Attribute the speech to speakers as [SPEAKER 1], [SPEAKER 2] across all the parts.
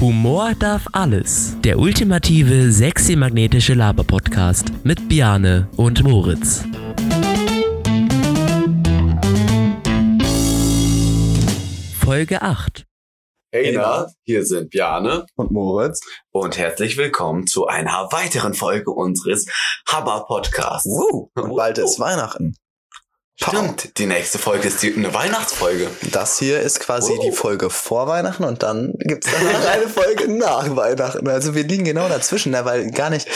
[SPEAKER 1] Humor darf alles. Der ultimative sexy magnetische Laber-Podcast mit Biane und Moritz. Folge 8.
[SPEAKER 2] Hey, na, hier sind Bjane
[SPEAKER 3] Genau. und Moritz.
[SPEAKER 2] und herzlich willkommen zu einer weiteren Folge unseres Haber Podcasts.
[SPEAKER 3] Woo. Und
[SPEAKER 2] Woo.
[SPEAKER 3] bald ist Weihnachten.
[SPEAKER 2] Stimmt, die nächste Folge ist die, eine Weihnachtsfolge.
[SPEAKER 3] Das hier ist quasi
[SPEAKER 2] Woo.
[SPEAKER 3] die Folge vor Weihnachten und dann gibt's dann noch eine Folge nach Weihnachten. Also wir liegen genau dazwischen, ne, weil gar nicht.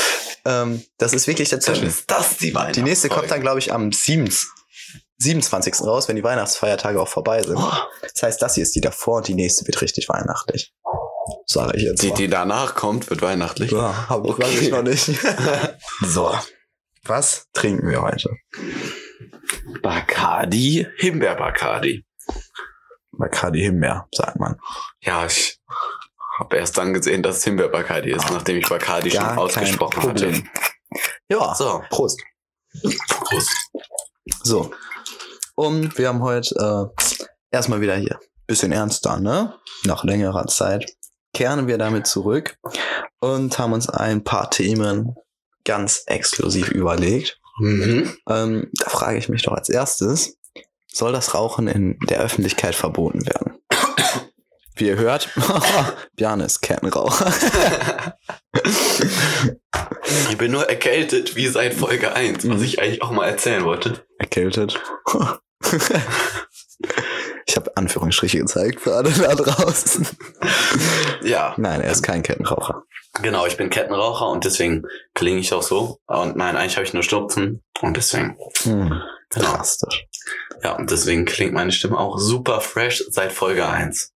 [SPEAKER 3] Ähm, das ist wirklich
[SPEAKER 2] Dann
[SPEAKER 3] dazwischen.
[SPEAKER 2] ist das die Weihnachtsfolge.
[SPEAKER 3] Die nächste kommt dann, glaube ich, am 7. 27. raus, wenn die Weihnachtsfeiertage auch vorbei sind. Das heißt, das hier ist die davor und die nächste wird richtig weihnachtlich. Sage ich jetzt.
[SPEAKER 2] Die,
[SPEAKER 3] mal.
[SPEAKER 2] die danach kommt, wird weihnachtlich.
[SPEAKER 3] ja, hab,
[SPEAKER 2] Okay.
[SPEAKER 3] weiß ich noch nicht. so. Was trinken wir heute?
[SPEAKER 2] Bacardi, Himbeer-Bacardi.
[SPEAKER 3] Bacardi Himbeer, sagt man.
[SPEAKER 2] Ja, ich habe erst dann gesehen, dass es Himbeer-Bacardi ist, nachdem ich Bacardi
[SPEAKER 3] Gar
[SPEAKER 2] schon
[SPEAKER 3] kein
[SPEAKER 2] ausgesprochen hatte.
[SPEAKER 3] Problem. Ja,
[SPEAKER 2] So,
[SPEAKER 3] Prost.
[SPEAKER 2] Prost.
[SPEAKER 3] So. Und wir haben heute äh, erstmal wieder hier. Bisschen ernster, ne? Nach längerer Zeit kehren wir damit zurück und haben uns ein paar Themen ganz exklusiv überlegt.
[SPEAKER 2] Mhm.
[SPEAKER 3] Ähm, da frage ich mich doch als erstes, soll das Rauchen in der Öffentlichkeit verboten werden? Wie ihr hört, Björn ist Kettenraucher.
[SPEAKER 2] Ich bin nur erkältet, wie seit Folge 1,
[SPEAKER 3] Mhm.
[SPEAKER 2] was ich eigentlich auch mal erzählen wollte.
[SPEAKER 3] Erkältet. ich habe Anführungsstriche gezeigt für alle da draußen.
[SPEAKER 2] Ja,
[SPEAKER 3] Nein, er ist kein Kettenraucher.
[SPEAKER 2] Genau, ich bin Kettenraucher und deswegen klinge ich auch so. Und nein, eigentlich habe ich nur Schnupfen und deswegen.
[SPEAKER 3] Hm.
[SPEAKER 2] Genau.
[SPEAKER 3] Drastisch.
[SPEAKER 2] Ja, und deswegen klingt meine Stimme auch super fresh seit Folge 1.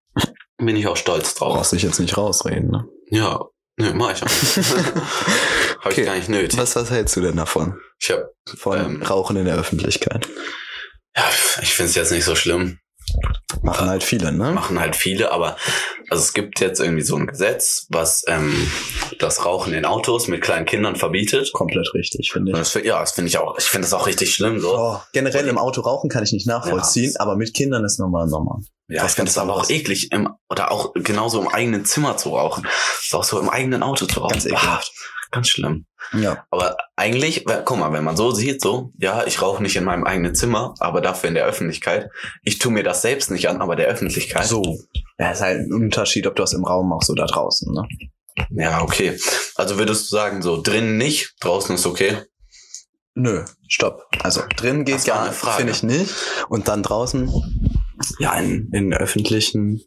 [SPEAKER 2] Bin ich auch stolz drauf.
[SPEAKER 3] Brauchst dich jetzt nicht rausreden, ne?
[SPEAKER 2] Ja, nö, mach ich auch nicht. habe
[SPEAKER 3] Okay.
[SPEAKER 2] ich gar nicht nötig.
[SPEAKER 3] Was, was hältst du denn davon?
[SPEAKER 2] Ich, hab,
[SPEAKER 3] Von
[SPEAKER 2] Ähm.
[SPEAKER 3] Rauchen in der Öffentlichkeit?
[SPEAKER 2] ja, ich finde es jetzt nicht so schlimm.
[SPEAKER 3] Machen halt viele, ne?
[SPEAKER 2] Machen halt viele, aber also es gibt jetzt irgendwie so ein Gesetz, was ähm, das Rauchen in Autos mit kleinen Kindern verbietet.
[SPEAKER 3] Komplett richtig, finde
[SPEAKER 2] Und Das, fi- ja, das finde ich auch. Ich finde das auch richtig schlimm. So.
[SPEAKER 3] Oh, generell im Auto rauchen kann ich nicht nachvollziehen, aber mit Kindern ist normal normal.
[SPEAKER 2] Ja,
[SPEAKER 3] Was
[SPEAKER 2] ich finde es
[SPEAKER 3] ganz
[SPEAKER 2] aber auch
[SPEAKER 3] anderes.
[SPEAKER 2] eklig, im, oder auch genauso im eigenen Zimmer zu rauchen. Ist auch so im eigenen Auto zu rauchen.
[SPEAKER 3] Ganz ekelhaft.
[SPEAKER 2] Ah, ganz schlimm.
[SPEAKER 3] Ja.
[SPEAKER 2] Aber eigentlich, weil- guck mal, wenn man so sieht, so, ja, ich rauche nicht in meinem eigenen Zimmer, aber dafür in der Öffentlichkeit. Ich tue mir das selbst nicht an, aber der Öffentlichkeit.
[SPEAKER 3] So. Ja, ist halt ein Unterschied, ob du das im Raum machst oder draußen, ne?
[SPEAKER 2] Ja, okay. Also würdest du sagen, so drinnen nicht, draußen ist okay.
[SPEAKER 3] Nö, stopp. Also drin geht
[SPEAKER 2] Das war
[SPEAKER 3] gar
[SPEAKER 2] eine
[SPEAKER 3] nicht,
[SPEAKER 2] Frage.
[SPEAKER 3] finde ich nicht. Und dann draußen, ja, in, in öffentlichen,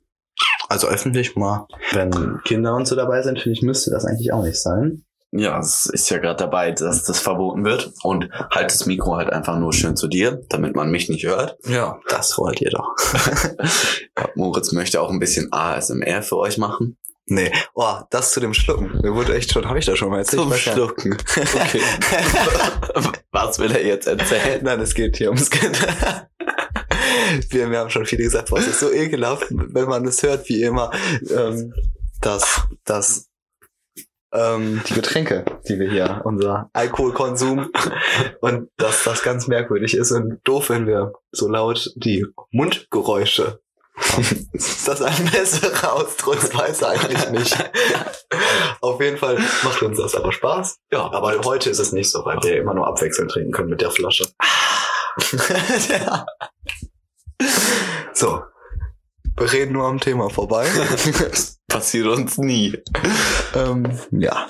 [SPEAKER 3] also öffentlich mal, wenn Kinder und so dabei sind, finde ich, müsste das eigentlich auch nicht sein.
[SPEAKER 2] Ja, es ist ja gerade dabei, dass das verboten wird. Und halt das Mikro halt einfach nur schön zu dir, damit man mich nicht hört.
[SPEAKER 3] Ja. Das wollt ihr doch.
[SPEAKER 2] Moritz möchte auch ein bisschen ASMR für euch machen.
[SPEAKER 3] Nee, oh, das zu dem Schlucken. Mir wurde echt schon, habe ich da schon mal erzählt.
[SPEAKER 2] Zum
[SPEAKER 3] Ich weiß gar nicht.
[SPEAKER 2] Schlucken. Okay. Was will er jetzt erzählen?
[SPEAKER 3] Nein, es geht hier ums Kind. wir, wir haben schon viele gesagt, boah, es ist so ekelhaft, wenn man es hört, wie immer, ähm, dass, dass ähm, die Getränke, die wir hier, unser Alkoholkonsum und dass das ganz merkwürdig ist und doof, wenn wir so laut die Mundgeräusche haben. ist das ein besserer Ausdruck? Das weiß er eigentlich nicht. Auf jeden Fall macht uns das aber Spaß.
[SPEAKER 2] Ja, aber
[SPEAKER 3] Aber heute ist es nicht so, weil wir immer nur abwechselnd trinken können mit der Flasche. ja. So. Wir reden nur am Thema vorbei.
[SPEAKER 2] passiert uns nie.
[SPEAKER 3] ähm, ja.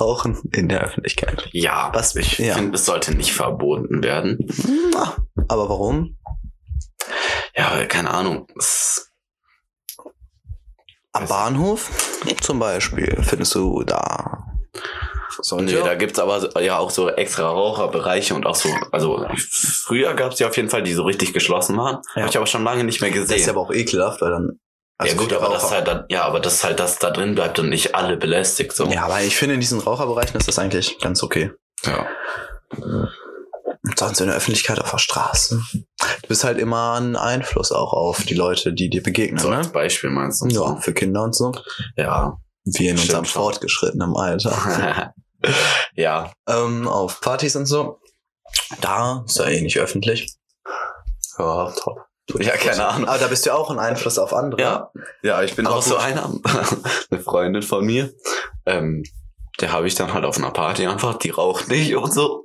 [SPEAKER 3] Rauchen in der Öffentlichkeit.
[SPEAKER 2] Ja,
[SPEAKER 3] Was-
[SPEAKER 2] ich
[SPEAKER 3] ja.
[SPEAKER 2] finde, es sollte nicht verboten werden.
[SPEAKER 3] Na, aber warum?
[SPEAKER 2] Ja, keine Ahnung. Es-
[SPEAKER 3] Am
[SPEAKER 2] Weiß-
[SPEAKER 3] Bahnhof zum Beispiel findest du da. Sollte
[SPEAKER 2] Nee, da gibt's aber ja auch so extra Raucherbereiche und auch so, also früher gab's ja auf jeden Fall, die so richtig geschlossen waren.
[SPEAKER 3] Ja.
[SPEAKER 2] Habe ich aber schon lange nicht mehr
[SPEAKER 3] das ist
[SPEAKER 2] gesehen.
[SPEAKER 3] aber auch ekelhaft, weil dann. also
[SPEAKER 2] ja gut,
[SPEAKER 3] viele
[SPEAKER 2] aber das
[SPEAKER 3] Raucher-
[SPEAKER 2] ist halt dann, ja, aber das ist halt, dass da drin bleibt und nicht alle belästigt. So.
[SPEAKER 3] Ja, aber ich finde, in diesen Raucherbereichen ist das eigentlich ganz okay.
[SPEAKER 2] ja.
[SPEAKER 3] sonst in der Öffentlichkeit auf der Straße. Du bist halt immer ein Einfluss auch auf die Leute, die dir begegnen,
[SPEAKER 2] So als
[SPEAKER 3] ne?
[SPEAKER 2] Beispiel meinst du?
[SPEAKER 3] Ja, für Kinder und so.
[SPEAKER 2] Ja.
[SPEAKER 3] Wir in
[SPEAKER 2] Stimmt
[SPEAKER 3] unserem
[SPEAKER 2] schon.
[SPEAKER 3] fortgeschrittenen Alter.
[SPEAKER 2] ja.
[SPEAKER 3] ähm, auf Partys und so. Da ist ja eh nicht öffentlich.
[SPEAKER 2] Ja, top. Ja, keine Ahnung.
[SPEAKER 3] Aber da bist du ja auch ein Einfluss auf andere.
[SPEAKER 2] Ja, ja, ich bin
[SPEAKER 3] Aber
[SPEAKER 2] auch so
[SPEAKER 3] gut.
[SPEAKER 2] einer. Eine Freundin von mir, ähm, der habe ich dann halt auf einer Party einfach, die raucht nicht und so.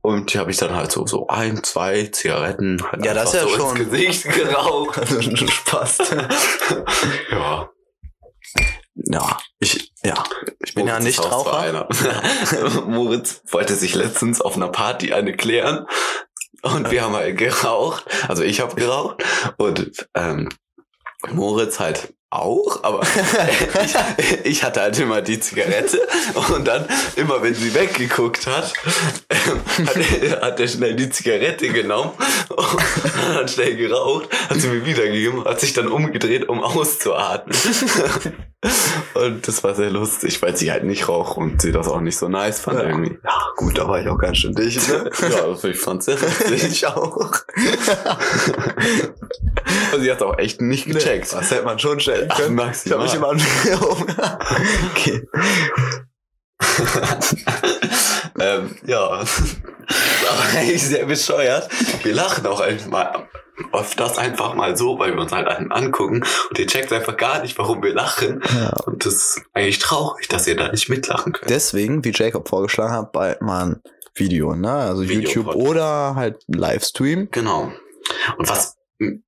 [SPEAKER 2] Und die habe ich dann halt so, so ein, zwei Zigaretten halt
[SPEAKER 3] Ja, das
[SPEAKER 2] einfach
[SPEAKER 3] ist ja
[SPEAKER 2] so
[SPEAKER 3] schon-
[SPEAKER 2] ins Gesicht geraucht.
[SPEAKER 3] Spaß.
[SPEAKER 2] ja. Ja, ich, ja. Ich
[SPEAKER 3] bin ja
[SPEAKER 2] Moritz ist
[SPEAKER 3] nicht
[SPEAKER 2] auch so
[SPEAKER 3] Raucher.
[SPEAKER 2] einer. Moritz wollte sich letztens auf einer Party eine klären. Und wir haben halt geraucht. Also ich habe geraucht. Und ähm, Moritz halt auch, aber ich, ich hatte halt immer die Zigarette und dann immer, wenn sie weggeguckt hat, ähm, hat, er- hat er schnell die Zigarette genommen und hat schnell geraucht, hat sie mir wiedergegeben, hat sich dann umgedreht, um auszuatmen. Und das war sehr lustig, weil sie halt nicht raucht und sie das auch nicht so nice fand
[SPEAKER 3] Ja.
[SPEAKER 2] irgendwie.
[SPEAKER 3] Ja, gut, da war ich auch ganz schön dicht. Ne?
[SPEAKER 2] Ja, also ich fand's sehr lustig.
[SPEAKER 3] ich auch.
[SPEAKER 2] Und Also sie hat auch echt nicht gecheckt.
[SPEAKER 3] Das hätte man schon stellen
[SPEAKER 2] Ach,
[SPEAKER 3] können. ich
[SPEAKER 2] maximal.
[SPEAKER 3] habe mich immer um- angehoben. okay.
[SPEAKER 2] ähm, ja, das war eigentlich sehr bescheuert. Wir lachen auch einfach mal oft das einfach mal so, weil wir uns halt einen angucken und ihr checkt einfach gar nicht, warum wir lachen.
[SPEAKER 3] Ja.
[SPEAKER 2] Und das ist eigentlich traurig, dass ihr da nicht mitlachen könnt.
[SPEAKER 3] Deswegen, wie Jacob vorgeschlagen hat, bald mal ein Video, ne? Also
[SPEAKER 2] Video-
[SPEAKER 3] YouTube
[SPEAKER 2] Podcast.
[SPEAKER 3] oder halt ein Livestream.
[SPEAKER 2] Genau. Und was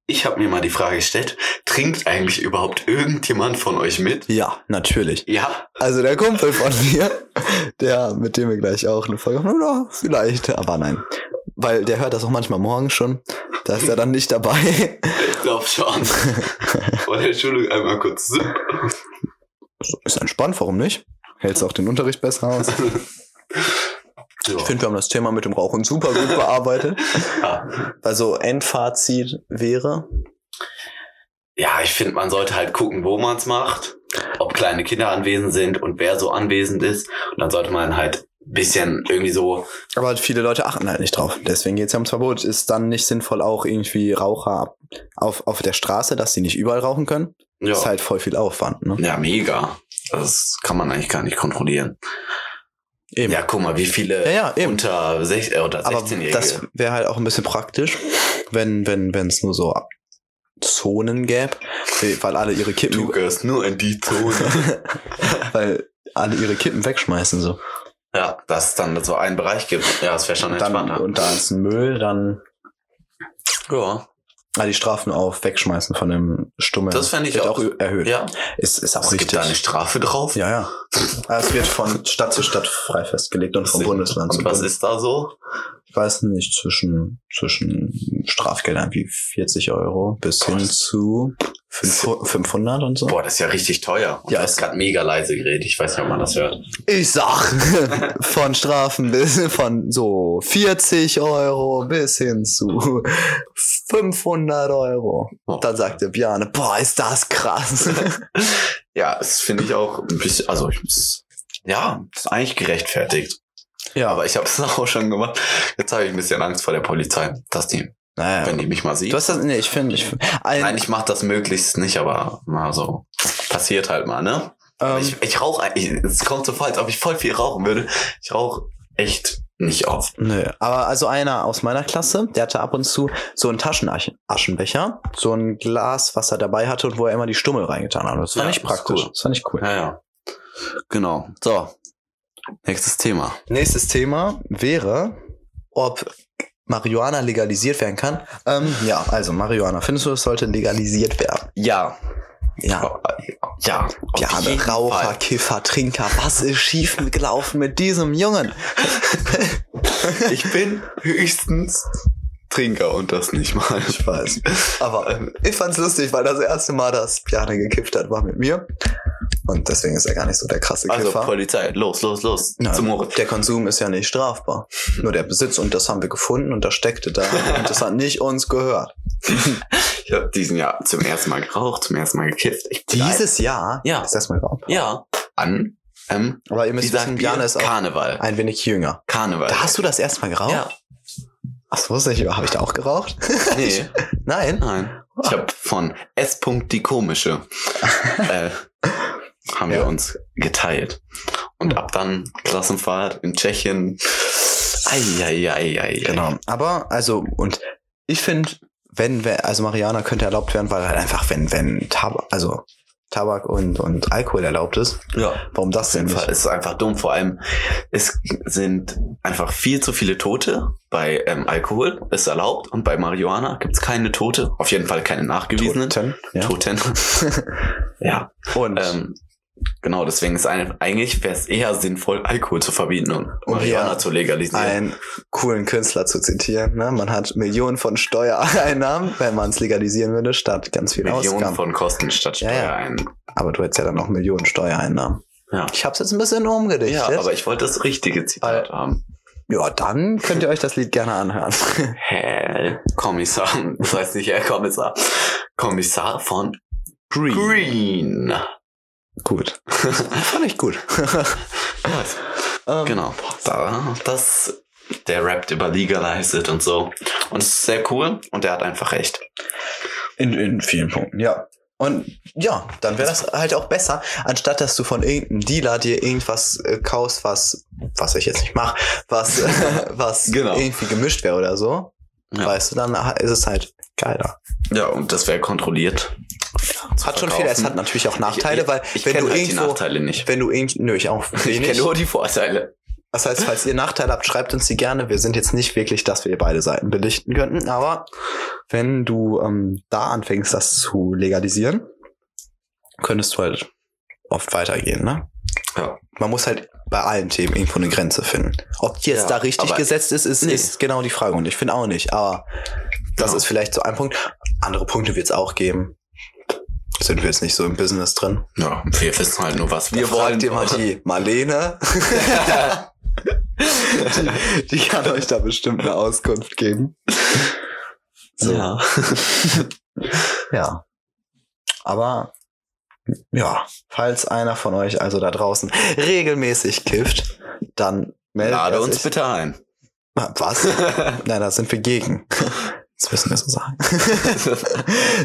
[SPEAKER 2] ich habe mir mal die Frage gestellt, trinkt eigentlich überhaupt irgendjemand von euch mit?
[SPEAKER 3] Ja, natürlich.
[SPEAKER 2] Ja,
[SPEAKER 3] Also der Kumpel von mir, der, mit dem wir gleich auch eine Folge haben, oder vielleicht, aber nein. Weil der hört das auch manchmal morgens schon. Da ist er dann nicht dabei.
[SPEAKER 2] ich glaube schon. Vor der Schule einmal kurz. sipp.
[SPEAKER 3] Ist entspannt, warum nicht? Hältst auch den Unterricht besser aus. Ich finde, wir haben das Thema mit dem Rauchen super gut bearbeitet.
[SPEAKER 2] Ja.
[SPEAKER 3] Also Endfazit wäre,
[SPEAKER 2] Ja, ich finde, man sollte halt gucken, wo man's macht, ob kleine Kinder anwesend sind und wer so anwesend ist. Und dann sollte man halt bisschen irgendwie so,
[SPEAKER 3] aber viele Leute achten halt nicht drauf. Deswegen geht's ja ums Verbot. Ist dann nicht sinnvoll, auch irgendwie Raucher auf, auf der Straße, dass sie nicht überall rauchen können?
[SPEAKER 2] ja,
[SPEAKER 3] Ist halt voll viel Aufwand, ne?
[SPEAKER 2] ja mega. Das kann man eigentlich gar nicht kontrollieren.
[SPEAKER 3] Eben.
[SPEAKER 2] Ja, guck mal, wie viele
[SPEAKER 3] Ja, ja, eben.
[SPEAKER 2] unter sech, äh, oder
[SPEAKER 3] Aber
[SPEAKER 2] 16-Jährige.
[SPEAKER 3] das wäre halt auch ein bisschen praktisch, wenn wenn wenn, es nur so Zonen gäbe, weil alle ihre
[SPEAKER 2] du
[SPEAKER 3] Kippen,
[SPEAKER 2] gehörst nur in die Zone.
[SPEAKER 3] weil alle ihre Kippen wegschmeißen so.
[SPEAKER 2] ja, dass es dann so einen Bereich gibt. Ja, das wäre schon
[SPEAKER 3] Und dann,
[SPEAKER 2] entspannter.
[SPEAKER 3] und da ist ein Müll, dann
[SPEAKER 2] ja,
[SPEAKER 3] ah, die Strafen auf Wegschmeißen von dem Stummel.
[SPEAKER 2] Das fänd ich
[SPEAKER 3] wird
[SPEAKER 2] auch-
[SPEAKER 3] auch, erhöht.
[SPEAKER 2] ja.
[SPEAKER 3] Ist, ist auch
[SPEAKER 2] Es gibt
[SPEAKER 3] richtig.
[SPEAKER 2] da eine Strafe drauf.
[SPEAKER 3] ja, ja. Aber Ah, es wird von Stadt zu Stadt frei festgelegt und vom Bundesland zu
[SPEAKER 2] Und was
[SPEAKER 3] Bund-
[SPEAKER 2] ist da so?
[SPEAKER 3] Ich weiß nicht, zwischen, zwischen Strafgeldern wie 40 Euro bis hin
[SPEAKER 2] Gott.
[SPEAKER 3] zu 500 und so.
[SPEAKER 2] Boah, das ist ja richtig teuer. Und
[SPEAKER 3] Ja,
[SPEAKER 2] ja, ist
[SPEAKER 3] ist-
[SPEAKER 2] gerade mega leise geredet. Ich weiß nicht, ob man das hört.
[SPEAKER 3] Ich sag, von Strafen bis von so 40 Euro bis hin zu 500 Euro.
[SPEAKER 2] Oh.
[SPEAKER 3] Dann sagt der Bjane, boah, ist das krass.
[SPEAKER 2] Ja, das finde ich auch ein bisschen, also ich muss, ja, ist eigentlich gerechtfertigt.
[SPEAKER 3] ja,
[SPEAKER 2] Aber ich habe es auch schon gemacht. Jetzt habe ich ein bisschen Angst vor der Polizei, dass die,
[SPEAKER 3] naja.
[SPEAKER 2] wenn die mich mal sieht.
[SPEAKER 3] Du hast das, nee, ich finde, ich, ein,
[SPEAKER 2] Nein, ich mache das möglichst nicht, aber mal so. Passiert halt mal, ne?
[SPEAKER 3] ähm,
[SPEAKER 2] ich ich rauche eigentlich, es kommt so vor, als ob ich voll viel rauchen würde. Ich rauche echt nicht oft.
[SPEAKER 3] Nö, aber also einer aus meiner Klasse, der hatte ab und zu so einen Taschenaschenbecher, so ein Glas, was er dabei hatte und wo er immer die Stummel reingetan hat. Das fand
[SPEAKER 2] Ja,
[SPEAKER 3] ich
[SPEAKER 2] das ist
[SPEAKER 3] praktisch.
[SPEAKER 2] cool.
[SPEAKER 3] Das fand ich cool.
[SPEAKER 2] Ja, ja. Genau. So. Nächstes Thema.
[SPEAKER 3] Nächstes Thema wäre, ob Marihuana legalisiert werden kann. Ähm, ja, also Marihuana, findest du, es sollte legalisiert werden?
[SPEAKER 2] Ja.
[SPEAKER 3] Ja.
[SPEAKER 2] Ja. auf
[SPEAKER 3] Ja,
[SPEAKER 2] jeden
[SPEAKER 3] Raucher,
[SPEAKER 2] Fall.
[SPEAKER 3] Kiffer, Trinker, was ist schief gelaufen mit diesem Jungen?
[SPEAKER 2] Ich bin höchstens Trinker und das nicht mal.
[SPEAKER 3] Ich weiß. Aber ähm, ich fand's lustig, weil das erste Mal, dass Piane gekifft hat, war mit mir. Und deswegen ist er gar nicht so der krasse
[SPEAKER 2] Also
[SPEAKER 3] Kiffer.
[SPEAKER 2] Polizei, los, los, los.
[SPEAKER 3] Na,
[SPEAKER 2] Zum Moritz.
[SPEAKER 3] der Konsum ist ja nicht strafbar. Nur der Besitz und das haben wir gefunden und das steckte da und das hat nicht uns gehört.
[SPEAKER 2] Ich habe diesen Jahr zum ersten Mal geraucht, zum ersten Mal gekifft. Ich bin
[SPEAKER 3] Dieses Jahr
[SPEAKER 2] Ja.
[SPEAKER 3] ist das mal überhaupt.
[SPEAKER 2] ein- Ja. An. Ähm,
[SPEAKER 3] Aber ihr
[SPEAKER 2] wie
[SPEAKER 3] müsst wissen,
[SPEAKER 2] sagen
[SPEAKER 3] Björn
[SPEAKER 2] wir?
[SPEAKER 3] ist auch
[SPEAKER 2] Karneval.
[SPEAKER 3] ein wenig jünger.
[SPEAKER 2] Karneval.
[SPEAKER 3] Da hast du das erste Mal geraucht?
[SPEAKER 2] Ja.
[SPEAKER 3] Ach, das wusste ich, habe ich da auch geraucht?
[SPEAKER 2] Nee,
[SPEAKER 3] Nein.
[SPEAKER 2] nein. Ich habe von S. die komische äh, haben
[SPEAKER 3] Ja.
[SPEAKER 2] wir uns geteilt. Und ab dann Klassenfahrt in Tschechien. Eieieiei.
[SPEAKER 3] Genau. Aber, also, und ich finde, wenn, wenn, also Marihuana könnte erlaubt werden, weil halt einfach, wenn, wenn Tabak, also Tabak und, und Alkohol erlaubt ist,
[SPEAKER 2] Ja.
[SPEAKER 3] warum das
[SPEAKER 2] Auf
[SPEAKER 3] denn
[SPEAKER 2] jeden Fall
[SPEAKER 3] nicht?
[SPEAKER 2] ist es einfach dumm. Vor allem, es sind einfach viel zu viele Tote. Bei ähm, Alkohol ist erlaubt und bei Marihuana gibt es keine Tote. Auf jeden Fall keine nachgewiesenen
[SPEAKER 3] Toten, ja.
[SPEAKER 2] Toten. ja.
[SPEAKER 3] Und
[SPEAKER 2] Ähm, genau, deswegen ist ein, eigentlich wäre es eher sinnvoll, Alkohol zu verbieten und
[SPEAKER 3] Um
[SPEAKER 2] Marihuana
[SPEAKER 3] hier
[SPEAKER 2] zu legalisieren.
[SPEAKER 3] einen coolen Künstler zu zitieren. Ne? Man hat Millionen von Steuereinnahmen, wenn man es legalisieren würde, statt ganz viel
[SPEAKER 2] Millionen
[SPEAKER 3] Ausgaben.
[SPEAKER 2] von Kosten statt
[SPEAKER 3] Ja, ja.
[SPEAKER 2] Steuereinnahmen.
[SPEAKER 3] Aber du hättest ja dann noch Millionen Steuereinnahmen.
[SPEAKER 2] Ja.
[SPEAKER 3] Ich habe es jetzt ein bisschen umgedichtet.
[SPEAKER 2] Ja, aber ich wollte das richtige Zitat haben.
[SPEAKER 3] ja, dann könnt ihr euch das Lied gerne anhören.
[SPEAKER 2] Hä? Kommissar, das heißt nicht Herr Kommissar. Kommissar von Green. Green.
[SPEAKER 3] gut. Fand ich gut.
[SPEAKER 2] Genau. Was?
[SPEAKER 3] Ähm,
[SPEAKER 2] Genau. Da, das, der rappt über Legalized und so. Und es ist sehr cool und der hat einfach recht.
[SPEAKER 3] In, in vielen Punkten, ja. Und ja, dann wäre das halt auch besser, anstatt dass du von irgendeinem Dealer dir irgendwas äh, kaufst, was, was ich jetzt nicht mache, was, äh, was
[SPEAKER 2] Genau.
[SPEAKER 3] irgendwie gemischt wäre oder so.
[SPEAKER 2] Ja.
[SPEAKER 3] Weißt du, dann ist es halt geiler.
[SPEAKER 2] Ja, und das wäre kontrolliert.
[SPEAKER 3] Hat schon Fehler, es hat natürlich auch Nachteile,
[SPEAKER 2] ich,
[SPEAKER 3] weil
[SPEAKER 2] ich
[SPEAKER 3] wenn
[SPEAKER 2] kenn
[SPEAKER 3] du
[SPEAKER 2] halt die
[SPEAKER 3] irgendwo.
[SPEAKER 2] Nachteile nicht.
[SPEAKER 3] Wenn du irgendwie. Nö, ich auch.
[SPEAKER 2] Ich kenne
[SPEAKER 3] wenig.
[SPEAKER 2] nur die Vorteile.
[SPEAKER 3] Das heißt, falls ihr Nachteile habt, schreibt uns die gerne. Wir sind jetzt nicht wirklich, dass wir beide Seiten belichten könnten, aber wenn du ähm, da anfängst, das zu legalisieren, könntest du halt oft weitergehen, ne?
[SPEAKER 2] Ja.
[SPEAKER 3] Man muss halt bei allen Themen irgendwo eine Grenze finden. Ob die jetzt
[SPEAKER 2] Ja,
[SPEAKER 3] da richtig
[SPEAKER 2] aber-
[SPEAKER 3] gesetzt ist, ist,
[SPEAKER 2] Nee.
[SPEAKER 3] ist genau die Frage. Und ich finde auch nicht, aber das
[SPEAKER 2] Genau.
[SPEAKER 3] ist vielleicht so ein Punkt. Andere Punkte wird es auch geben. Sind wir jetzt nicht so im Business drin?
[SPEAKER 2] Ja, wir wissen halt nur, was wir
[SPEAKER 3] Fragt
[SPEAKER 2] wollen.
[SPEAKER 3] ihr mal die Marlene. die, die kann euch da bestimmt eine Auskunft geben. So, ja.
[SPEAKER 2] Ja.
[SPEAKER 3] Aber ja, falls einer von euch also da draußen regelmäßig kifft, dann meldet
[SPEAKER 2] Lade
[SPEAKER 3] er
[SPEAKER 2] uns
[SPEAKER 3] sich.
[SPEAKER 2] bitte ein.
[SPEAKER 3] Ah, Was? Nein, da sind wir gegen. Das müssen wir so sagen.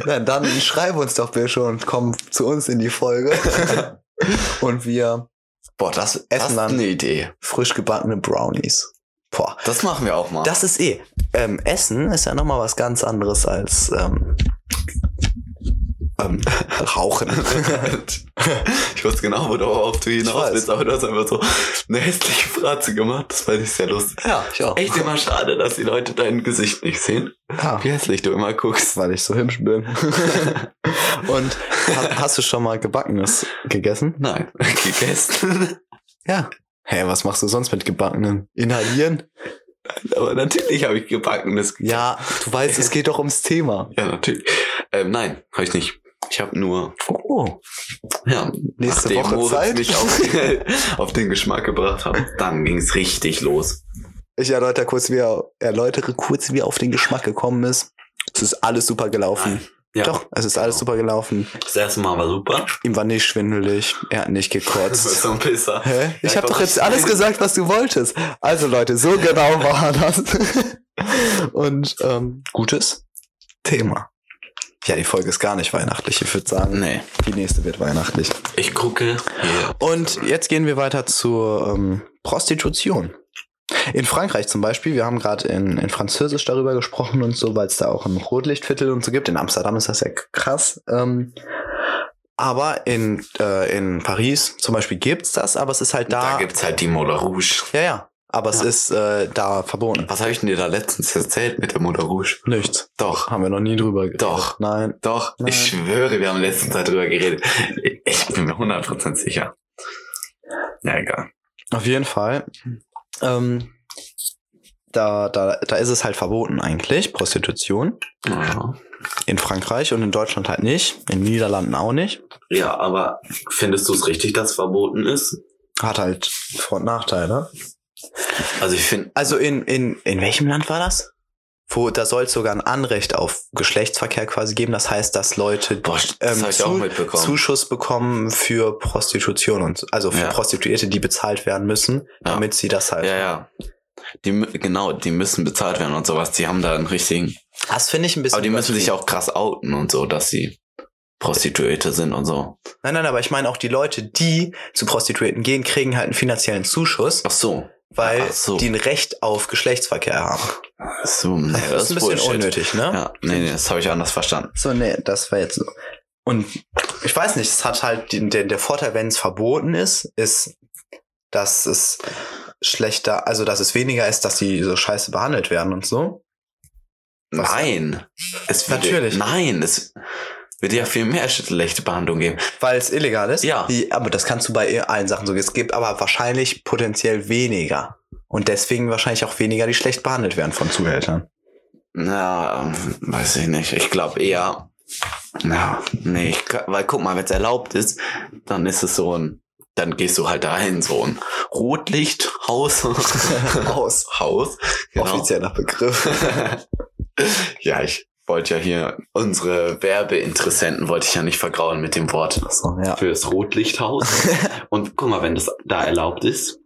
[SPEAKER 3] Na, dann schreib uns doch bitte schon und komm zu uns in die Folge. Und wir
[SPEAKER 2] Boah, das, ist
[SPEAKER 3] Essen
[SPEAKER 2] das ist
[SPEAKER 3] dann.
[SPEAKER 2] eine Idee.
[SPEAKER 3] frisch gebackene Brownies. Boah.
[SPEAKER 2] Das machen wir auch mal.
[SPEAKER 3] Das ist eh. Ähm, Essen ist ja nochmal was ganz anderes als ähm, ähm, Rauchen.
[SPEAKER 2] ich wusste genau, worauf du
[SPEAKER 3] Ich
[SPEAKER 2] hinaus
[SPEAKER 3] weiß.
[SPEAKER 2] willst, aber du hast einfach so eine hässliche Fratze gemacht. Das fand ich sehr lustig.
[SPEAKER 3] ja, ich auch.
[SPEAKER 2] Echt immer schade, dass die Leute dein Gesicht nicht sehen.
[SPEAKER 3] Ja,
[SPEAKER 2] Wie hässlich du immer guckst.
[SPEAKER 3] weil ich so hübsch bin. Und hast, hast du schon mal gebackenes gegessen?
[SPEAKER 2] Nein, gegessen.
[SPEAKER 3] Ja. Hä, hey, was machst du sonst mit gebackenen? Inhalieren?
[SPEAKER 2] Aber natürlich habe ich gebackenes gegessen.
[SPEAKER 3] Ja, du weißt, es geht doch ums Thema.
[SPEAKER 2] Ja, natürlich. Ähm, nein, habe ich nicht. Ich habe nur
[SPEAKER 3] Oh,
[SPEAKER 2] Ja,
[SPEAKER 3] Nächste
[SPEAKER 2] nachdem
[SPEAKER 3] Woche
[SPEAKER 2] Moritz
[SPEAKER 3] Zeit.
[SPEAKER 2] mich auf, auf den Geschmack gebracht hat, dann ging's richtig los.
[SPEAKER 3] Ich erläutere kurz, wie er, erläutere kurz, wie er auf den Geschmack gekommen ist. Es ist alles super gelaufen.
[SPEAKER 2] Ja,
[SPEAKER 3] Doch, es ist alles super gelaufen.
[SPEAKER 2] das erste Mal war super.
[SPEAKER 3] Ihm war nicht schwindelig, er hat nicht
[SPEAKER 2] Das
[SPEAKER 3] gekotzt.
[SPEAKER 2] war so ein Pisser.
[SPEAKER 3] Hä? Ich habe
[SPEAKER 2] Einfach
[SPEAKER 3] doch jetzt
[SPEAKER 2] nicht
[SPEAKER 3] alles
[SPEAKER 2] schwindelig.
[SPEAKER 3] gesagt, was du wolltest. Also Leute, so genau war das. Und ähm, gutes Thema. Ja, die Folge ist gar nicht weihnachtlich. Ich würde sagen,
[SPEAKER 2] Nee,
[SPEAKER 3] die nächste wird weihnachtlich.
[SPEAKER 2] ich gucke. hier.
[SPEAKER 3] Und jetzt gehen wir weiter zur ähm, Prostitution. In Frankreich zum Beispiel, wir haben gerade in, in Französisch darüber gesprochen und so, weil es da auch ein Rotlichtviertel und so gibt. In Amsterdam ist das ja k- krass. Ähm, aber in, äh, in Paris zum Beispiel gibt's das, aber es ist halt da.
[SPEAKER 2] Da gibt's halt die Moulin Rouge.
[SPEAKER 3] ja, ja. Aber es
[SPEAKER 2] Ja.
[SPEAKER 3] ist äh, da verboten.
[SPEAKER 2] Was habe ich denn dir da letztens erzählt mit der Moulin Rouge?
[SPEAKER 3] Nichts.
[SPEAKER 2] Doch,
[SPEAKER 3] Haben wir noch nie drüber geredet.
[SPEAKER 2] Doch.
[SPEAKER 3] Nein.
[SPEAKER 2] doch.
[SPEAKER 3] Nein.
[SPEAKER 2] Ich schwöre, wir haben letztens darüber geredet. Ich bin mir 100% sicher. Ja, egal.
[SPEAKER 3] Auf jeden Fall. Ähm, da, da, da ist es halt verboten eigentlich, Prostitution.
[SPEAKER 2] Ja.
[SPEAKER 3] In Frankreich und in Deutschland halt nicht. In den Niederlanden auch nicht.
[SPEAKER 2] Ja, aber findest du es richtig, dass verboten ist?
[SPEAKER 3] Hat halt Vor- und Nachteile.
[SPEAKER 2] Also ich finde,
[SPEAKER 3] Also in, in, in welchem Land war das? Wo, da soll es sogar ein Anrecht auf Geschlechtsverkehr quasi geben. Das heißt, dass Leute
[SPEAKER 2] boah, das
[SPEAKER 3] ähm,
[SPEAKER 2] habe ich
[SPEAKER 3] zu-
[SPEAKER 2] auch mitbekommen.
[SPEAKER 3] Zuschuss bekommen für Prostitution und also für
[SPEAKER 2] Ja.
[SPEAKER 3] Prostituierte, die bezahlt werden müssen,
[SPEAKER 2] Ja.
[SPEAKER 3] damit sie das halt.
[SPEAKER 2] Ja, ja. Die, mü- genau, die müssen bezahlt werden und sowas. Die haben da einen richtigen.
[SPEAKER 3] Das finde ich ein bisschen.
[SPEAKER 2] Aber die müssen sich
[SPEAKER 3] übertrieben.
[SPEAKER 2] auch krass outen und so, dass sie Prostituierte sind und so.
[SPEAKER 3] Nein, nein, aber ich meine auch die Leute, die zu Prostituierten gehen, kriegen halt einen finanziellen Zuschuss.
[SPEAKER 2] Ach so.
[SPEAKER 3] weil
[SPEAKER 2] Ach so.
[SPEAKER 3] die ein Recht auf Geschlechtsverkehr haben.
[SPEAKER 2] So, nee, das,
[SPEAKER 3] Das ist ein bisschen
[SPEAKER 2] Bullshit.
[SPEAKER 3] unnötig, ne?
[SPEAKER 2] Ja, nee, nee, das habe ich anders verstanden.
[SPEAKER 3] So, nee, das war jetzt so. Und ich weiß nicht, es hat halt den, den, der Vorteil, wenn es verboten ist, ist, dass es schlechter, also dass es weniger ist, dass die so scheiße behandelt werden und so. Was?
[SPEAKER 2] Nein. Es würde,
[SPEAKER 3] Natürlich.
[SPEAKER 2] Nein, es wird ja viel mehr schlechte Behandlung geben.
[SPEAKER 3] Weil es illegal ist.
[SPEAKER 2] Ja.
[SPEAKER 3] Die, aber das kannst du bei allen Sachen so. Es gibt aber wahrscheinlich potenziell weniger. Und deswegen wahrscheinlich auch weniger, die schlecht behandelt werden von Zuhältern.
[SPEAKER 2] Na, weiß ich nicht. Ich glaube eher. Na, nee, ich, ka- weil guck mal, wenn es erlaubt ist, dann ist es so ein. Dann gehst du halt da hin, so ein Rotlichthaus.
[SPEAKER 3] Aus.
[SPEAKER 2] Haus. Genau.
[SPEAKER 3] Offizieller Begriff.
[SPEAKER 2] ja, ich wollte ja hier unsere Werbeinteressenten wollte ich ja nicht vergrauen mit dem Wort.
[SPEAKER 3] So, ja.
[SPEAKER 2] Für das Rotlichthaus. Und guck mal, wenn das da erlaubt ist,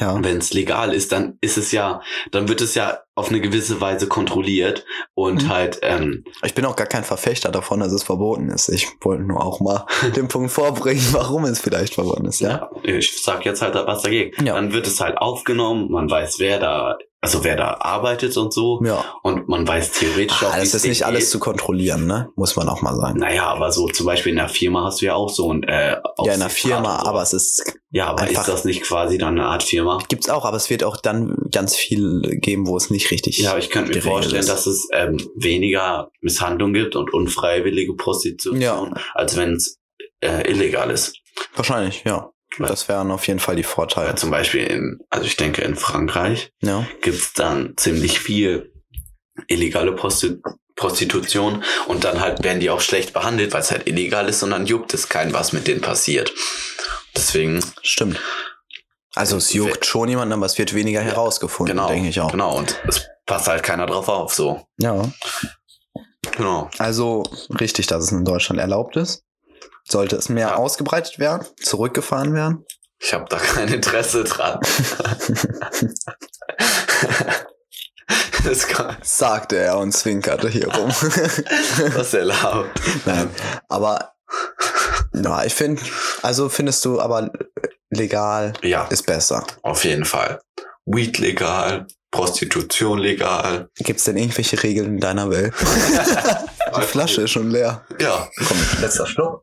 [SPEAKER 3] ja.
[SPEAKER 2] Und wenn es legal ist, dann ist es ja, dann wird es ja auf eine gewisse Weise kontrolliert und
[SPEAKER 3] Mhm.
[SPEAKER 2] halt, ähm,
[SPEAKER 3] Ich bin auch gar kein Verfechter davon, dass es verboten ist. Ich wollte nur auch mal den Punkt vorbringen, warum es vielleicht verboten ist, ja?
[SPEAKER 2] ja. ich sag jetzt halt was dagegen.
[SPEAKER 3] Ja.
[SPEAKER 2] Dann wird es halt aufgenommen, man weiß, wer da, also wer da arbeitet und so.
[SPEAKER 3] Ja.
[SPEAKER 2] Und man weiß theoretisch auch,
[SPEAKER 3] Ah, das
[SPEAKER 2] wie's
[SPEAKER 3] ist
[SPEAKER 2] denen
[SPEAKER 3] nicht alles
[SPEAKER 2] geht.
[SPEAKER 3] zu kontrollieren, ne? Muss man auch mal sagen.
[SPEAKER 2] Naja, aber so zum Beispiel in der Firma hast du ja auch so ein, äh,
[SPEAKER 3] ja, in der
[SPEAKER 2] Aufsichtsrat
[SPEAKER 3] Firma,
[SPEAKER 2] und so.
[SPEAKER 3] aber es ist,
[SPEAKER 2] Ja, aber
[SPEAKER 3] einfach-
[SPEAKER 2] ist das nicht quasi dann eine Art Firma?
[SPEAKER 3] gibt's auch, aber es wird auch dann ganz viel geben, wo es nicht richtig
[SPEAKER 2] Ja, ich könnte mir
[SPEAKER 3] geregelt
[SPEAKER 2] vorstellen,
[SPEAKER 3] ist.
[SPEAKER 2] dass es ähm, weniger Misshandlung gibt und unfreiwillige Prostitution,
[SPEAKER 3] Ja.
[SPEAKER 2] als wenn es äh, illegal ist.
[SPEAKER 3] Wahrscheinlich, ja.
[SPEAKER 2] Ja.
[SPEAKER 3] Das wären auf jeden Fall die Vorteile.
[SPEAKER 2] Weil Äh, zum Beispiel in, also ich denke in Frankreich
[SPEAKER 3] Ja.
[SPEAKER 2] gibt's dann ziemlich viel illegale Prosti Prostitution und dann halt werden die auch schlecht behandelt, weil es halt illegal ist und dann juckt es kein, was mit denen passiert. Deswegen,
[SPEAKER 3] Stimmt. Also es juckt schon jemanden, aber es wird weniger herausgefunden,
[SPEAKER 2] genau,
[SPEAKER 3] denke ich auch.
[SPEAKER 2] genau, und es passt halt keiner drauf auf, so.
[SPEAKER 3] Ja.
[SPEAKER 2] Genau.
[SPEAKER 3] Also richtig, dass es in Deutschland erlaubt ist. Sollte es mehr
[SPEAKER 2] Ja.
[SPEAKER 3] ausgebreitet werden, zurückgefahren werden.
[SPEAKER 2] Ich habe da kein Interesse dran. das kann,
[SPEAKER 3] Sagte er und zwinkerte hier rum.
[SPEAKER 2] was erlaubt.
[SPEAKER 3] Nein. Aber na, ich finde, also findest du aber legal
[SPEAKER 2] Ja,
[SPEAKER 3] ist besser.
[SPEAKER 2] auf jeden Fall. Weed legal, Prostitution legal,
[SPEAKER 3] Gibt es denn irgendwelche Regeln in deiner Welt? Die Flasche ist schon leer.
[SPEAKER 2] Ja.
[SPEAKER 3] Komm, letzter Schluck.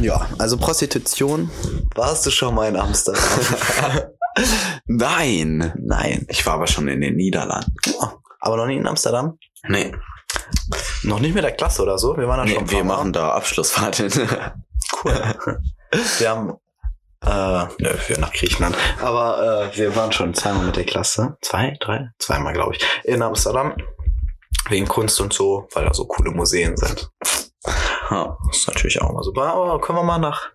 [SPEAKER 3] Ja, also Prostitution. Warst du schon mal in Amsterdam?
[SPEAKER 2] Nein.
[SPEAKER 3] Nein.
[SPEAKER 2] Ich war aber schon in den Niederlanden.
[SPEAKER 3] Aber noch nie in Amsterdam?
[SPEAKER 2] Nee,
[SPEAKER 3] Noch nicht mit der Klasse oder so? Wir waren da
[SPEAKER 2] nee
[SPEAKER 3] schon. ein
[SPEAKER 2] wir
[SPEAKER 3] paar Mal.
[SPEAKER 2] machen da Abschlussfahrt hin.
[SPEAKER 3] cool. Wir haben. Äh, nö, wir nach Griechenland. Aber äh, wir waren schon zweimal mit der Klasse. Zwei, drei? Zweimal, glaube ich. In Amsterdam. Wegen Kunst und so, weil da so coole Museen sind.
[SPEAKER 2] Ha,
[SPEAKER 3] Das ist natürlich auch mal super. Aber können wir mal nach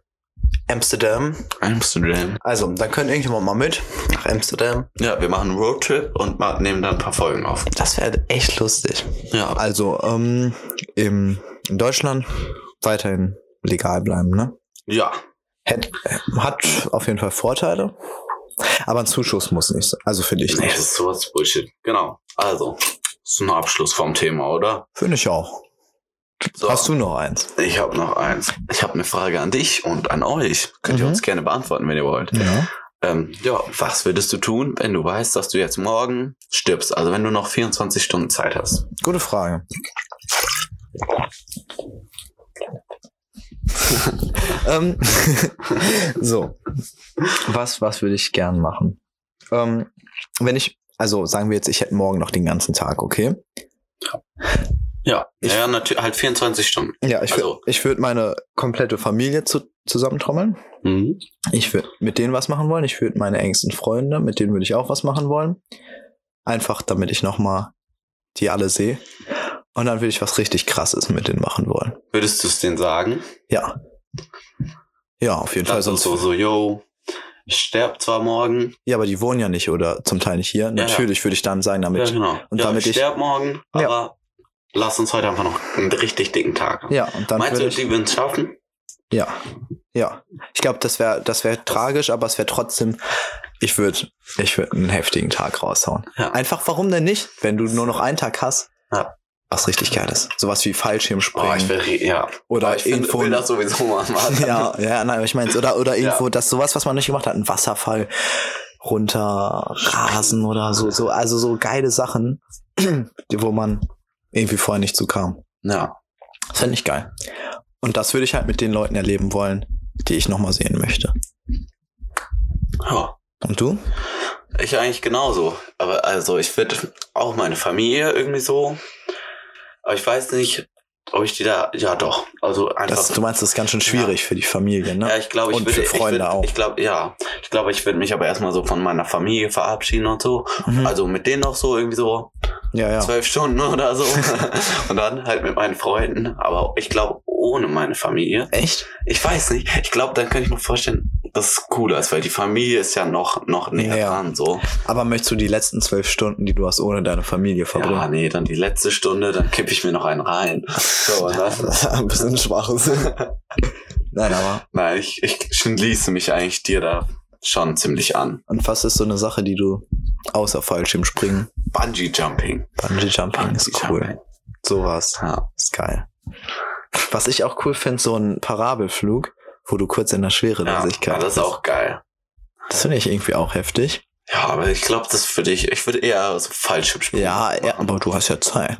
[SPEAKER 3] Amsterdam.
[SPEAKER 2] Amsterdam.
[SPEAKER 3] Also, dann können irgendjemand mal mit nach Amsterdam.
[SPEAKER 2] Ja, wir machen einen Roadtrip und ma- nehmen dann ein paar Folgen auf.
[SPEAKER 3] Das wäre echt lustig.
[SPEAKER 2] Ja,
[SPEAKER 3] Also, ähm, im, in Deutschland weiterhin legal bleiben, ne?
[SPEAKER 2] ja.
[SPEAKER 3] Hat, hat auf jeden Fall Vorteile. Aber ein Zuschuss muss nicht sein. Also finde ich
[SPEAKER 2] Nee, das
[SPEAKER 3] nicht.
[SPEAKER 2] ist sowas Bullshit. Genau. Also, ist ein Abschluss vom Thema, oder?
[SPEAKER 3] Finde ich auch.
[SPEAKER 2] So,
[SPEAKER 3] Hast du noch eins?
[SPEAKER 2] ich habe noch eins. Ich habe eine Frage an dich und an euch. Könnt ihr
[SPEAKER 3] Mhm.
[SPEAKER 2] uns gerne beantworten, wenn ihr wollt.
[SPEAKER 3] Ja.
[SPEAKER 2] Ähm, ja, was würdest du tun, wenn du weißt, dass du jetzt morgen stirbst? Also, wenn du noch 24 Stunden Zeit hast.
[SPEAKER 3] Gute Frage. ähm, so. Was, was würde ich gern machen? Ähm, wenn ich, also sagen wir jetzt, ich hätte morgen noch den ganzen Tag, okay?
[SPEAKER 2] Ja,
[SPEAKER 3] Ich-
[SPEAKER 2] ja, natürlich, halt 24 Stunden.
[SPEAKER 3] Ja, ich, wür-
[SPEAKER 2] Also-
[SPEAKER 3] ich würde meine komplette Familie zu, zusammentrommeln.
[SPEAKER 2] Mhm.
[SPEAKER 3] Ich würde mit denen was machen wollen. Ich würde meine engsten Freunde, mit denen würde ich auch was machen wollen. Einfach, damit ich nochmal die alle sehe. Und dann würde ich was richtig krasses mit denen machen wollen.
[SPEAKER 2] Würdest du es denen sagen?
[SPEAKER 3] Ja. Ja, auf jeden Fall.
[SPEAKER 2] Dann so,
[SPEAKER 3] Sonst,
[SPEAKER 2] so, so, yo, ich sterb zwar morgen.
[SPEAKER 3] Ja, aber die wohnen ja nicht oder zum Teil nicht hier. Natürlich würde ich dann sagen, damit.
[SPEAKER 2] ja, genau.
[SPEAKER 3] und
[SPEAKER 2] ja,
[SPEAKER 3] damit
[SPEAKER 2] ich
[SPEAKER 3] ich-
[SPEAKER 2] sterb morgen,
[SPEAKER 3] Ja.
[SPEAKER 2] aber lass uns heute einfach noch einen richtig dicken Tag haben.
[SPEAKER 3] Ja, und dann
[SPEAKER 2] Meinst du,
[SPEAKER 3] würde ich.
[SPEAKER 2] die würden es schaffen?
[SPEAKER 3] Ja. Ja. Ich glaube, das wäre das wär tragisch, aber es wäre trotzdem. Ich würde ich würd einen heftigen Tag raushauen.
[SPEAKER 2] Ja.
[SPEAKER 3] Einfach, warum denn nicht? Wenn du nur noch einen Tag hast.
[SPEAKER 2] Ja.
[SPEAKER 3] was richtig Geiles. Sowas wie
[SPEAKER 2] Oh, ich
[SPEAKER 3] Fallschirmspringen.
[SPEAKER 2] will, re- ja.
[SPEAKER 3] oder
[SPEAKER 2] ich find-
[SPEAKER 3] irgendwo.
[SPEAKER 2] will das sowieso mal machen.
[SPEAKER 3] ja, ja, nein, aber ich meine, oder, oder irgendwo, das sowas, was man nicht gemacht hat, ein Wasserfall runter rasen oder so, so, also so geile Sachen, die- wo man irgendwie vorher nicht zu kam.
[SPEAKER 2] Ja.
[SPEAKER 3] Das fände ich geil. Und das würde ich halt mit den Leuten erleben wollen, die ich nochmal sehen möchte.
[SPEAKER 2] ja.
[SPEAKER 3] Und du?
[SPEAKER 2] Ich eigentlich genauso. Aber also ich würde auch meine Familie irgendwie so. Aber ich weiß nicht, ob ich die da. Ja, doch. Also einfach.
[SPEAKER 3] Das, du meinst, das ist ganz schön schwierig für die Familie, ne?
[SPEAKER 2] ja, ich glaube, ich
[SPEAKER 3] und
[SPEAKER 2] würde.
[SPEAKER 3] für Freunde
[SPEAKER 2] ich würd,
[SPEAKER 3] auch.
[SPEAKER 2] Ich glaube, ja. Ich glaube, ich würde mich aber erstmal so von meiner Familie verabschieden und so.
[SPEAKER 3] Mhm.
[SPEAKER 2] Also mit denen noch so irgendwie so
[SPEAKER 3] ja, ja.
[SPEAKER 2] zwölf Stunden oder so. und dann halt mit meinen Freunden. Aber ich glaube, ohne meine Familie.
[SPEAKER 3] Echt?
[SPEAKER 2] Ich weiß nicht. Ich glaube, dann könnte ich mir vorstellen, dass es cooler ist, weil die Familie ist ja noch, noch näher
[SPEAKER 3] Ja.
[SPEAKER 2] dran, so.
[SPEAKER 3] Aber möchtest du die letzten zwölf Stunden, die du hast, ohne deine Familie
[SPEAKER 2] Ja,
[SPEAKER 3] verbringen?
[SPEAKER 2] nee, dann die letzte Stunde, dann kippe ich mir noch einen rein. So, und dann,
[SPEAKER 3] Ein bisschen schwaches. Nein, aber.
[SPEAKER 2] nein, ich, ich schließe mich eigentlich dir da schon ziemlich an.
[SPEAKER 3] Und was ist so eine Sache, die du außer Fallschirmspringen,
[SPEAKER 2] Bungee Jumping.
[SPEAKER 3] Bungee Jumping ist cool.
[SPEAKER 2] Bungee-Jumping.
[SPEAKER 3] Sowas
[SPEAKER 2] Ja.
[SPEAKER 3] ist geil. Was ich auch cool finde, so ein Parabelflug, wo du kurz in der
[SPEAKER 2] Ja,
[SPEAKER 3] Schwerelosigkeit
[SPEAKER 2] ja, das ist
[SPEAKER 3] bist.
[SPEAKER 2] auch geil.
[SPEAKER 3] Das finde ich irgendwie auch heftig.
[SPEAKER 2] Ja, aber ich glaube, das ist für dich. Ich würde eher so Fallschirm spielen.
[SPEAKER 3] Ja, ja, aber du hast ja Zeit.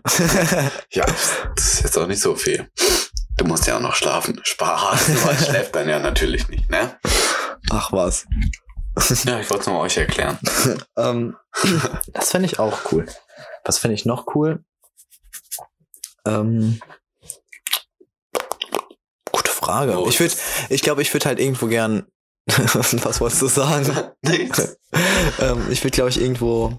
[SPEAKER 2] Ja, das ist jetzt auch nicht so viel. Du musst ja auch noch schlafen. Spaß. Weil schläft dann ja natürlich nicht, ne?
[SPEAKER 3] Ach was.
[SPEAKER 2] Ja, ich wollte es nur euch erklären.
[SPEAKER 3] Ähm, das fände ich auch cool. Was fände ich noch cool? Ähm, gute Frage.
[SPEAKER 2] Oh.
[SPEAKER 3] Ich würde, ich glaube, ich würde halt irgendwo gern. was wolltest du sagen?
[SPEAKER 2] Nichts.
[SPEAKER 3] ähm, ich würde, glaube ich, irgendwo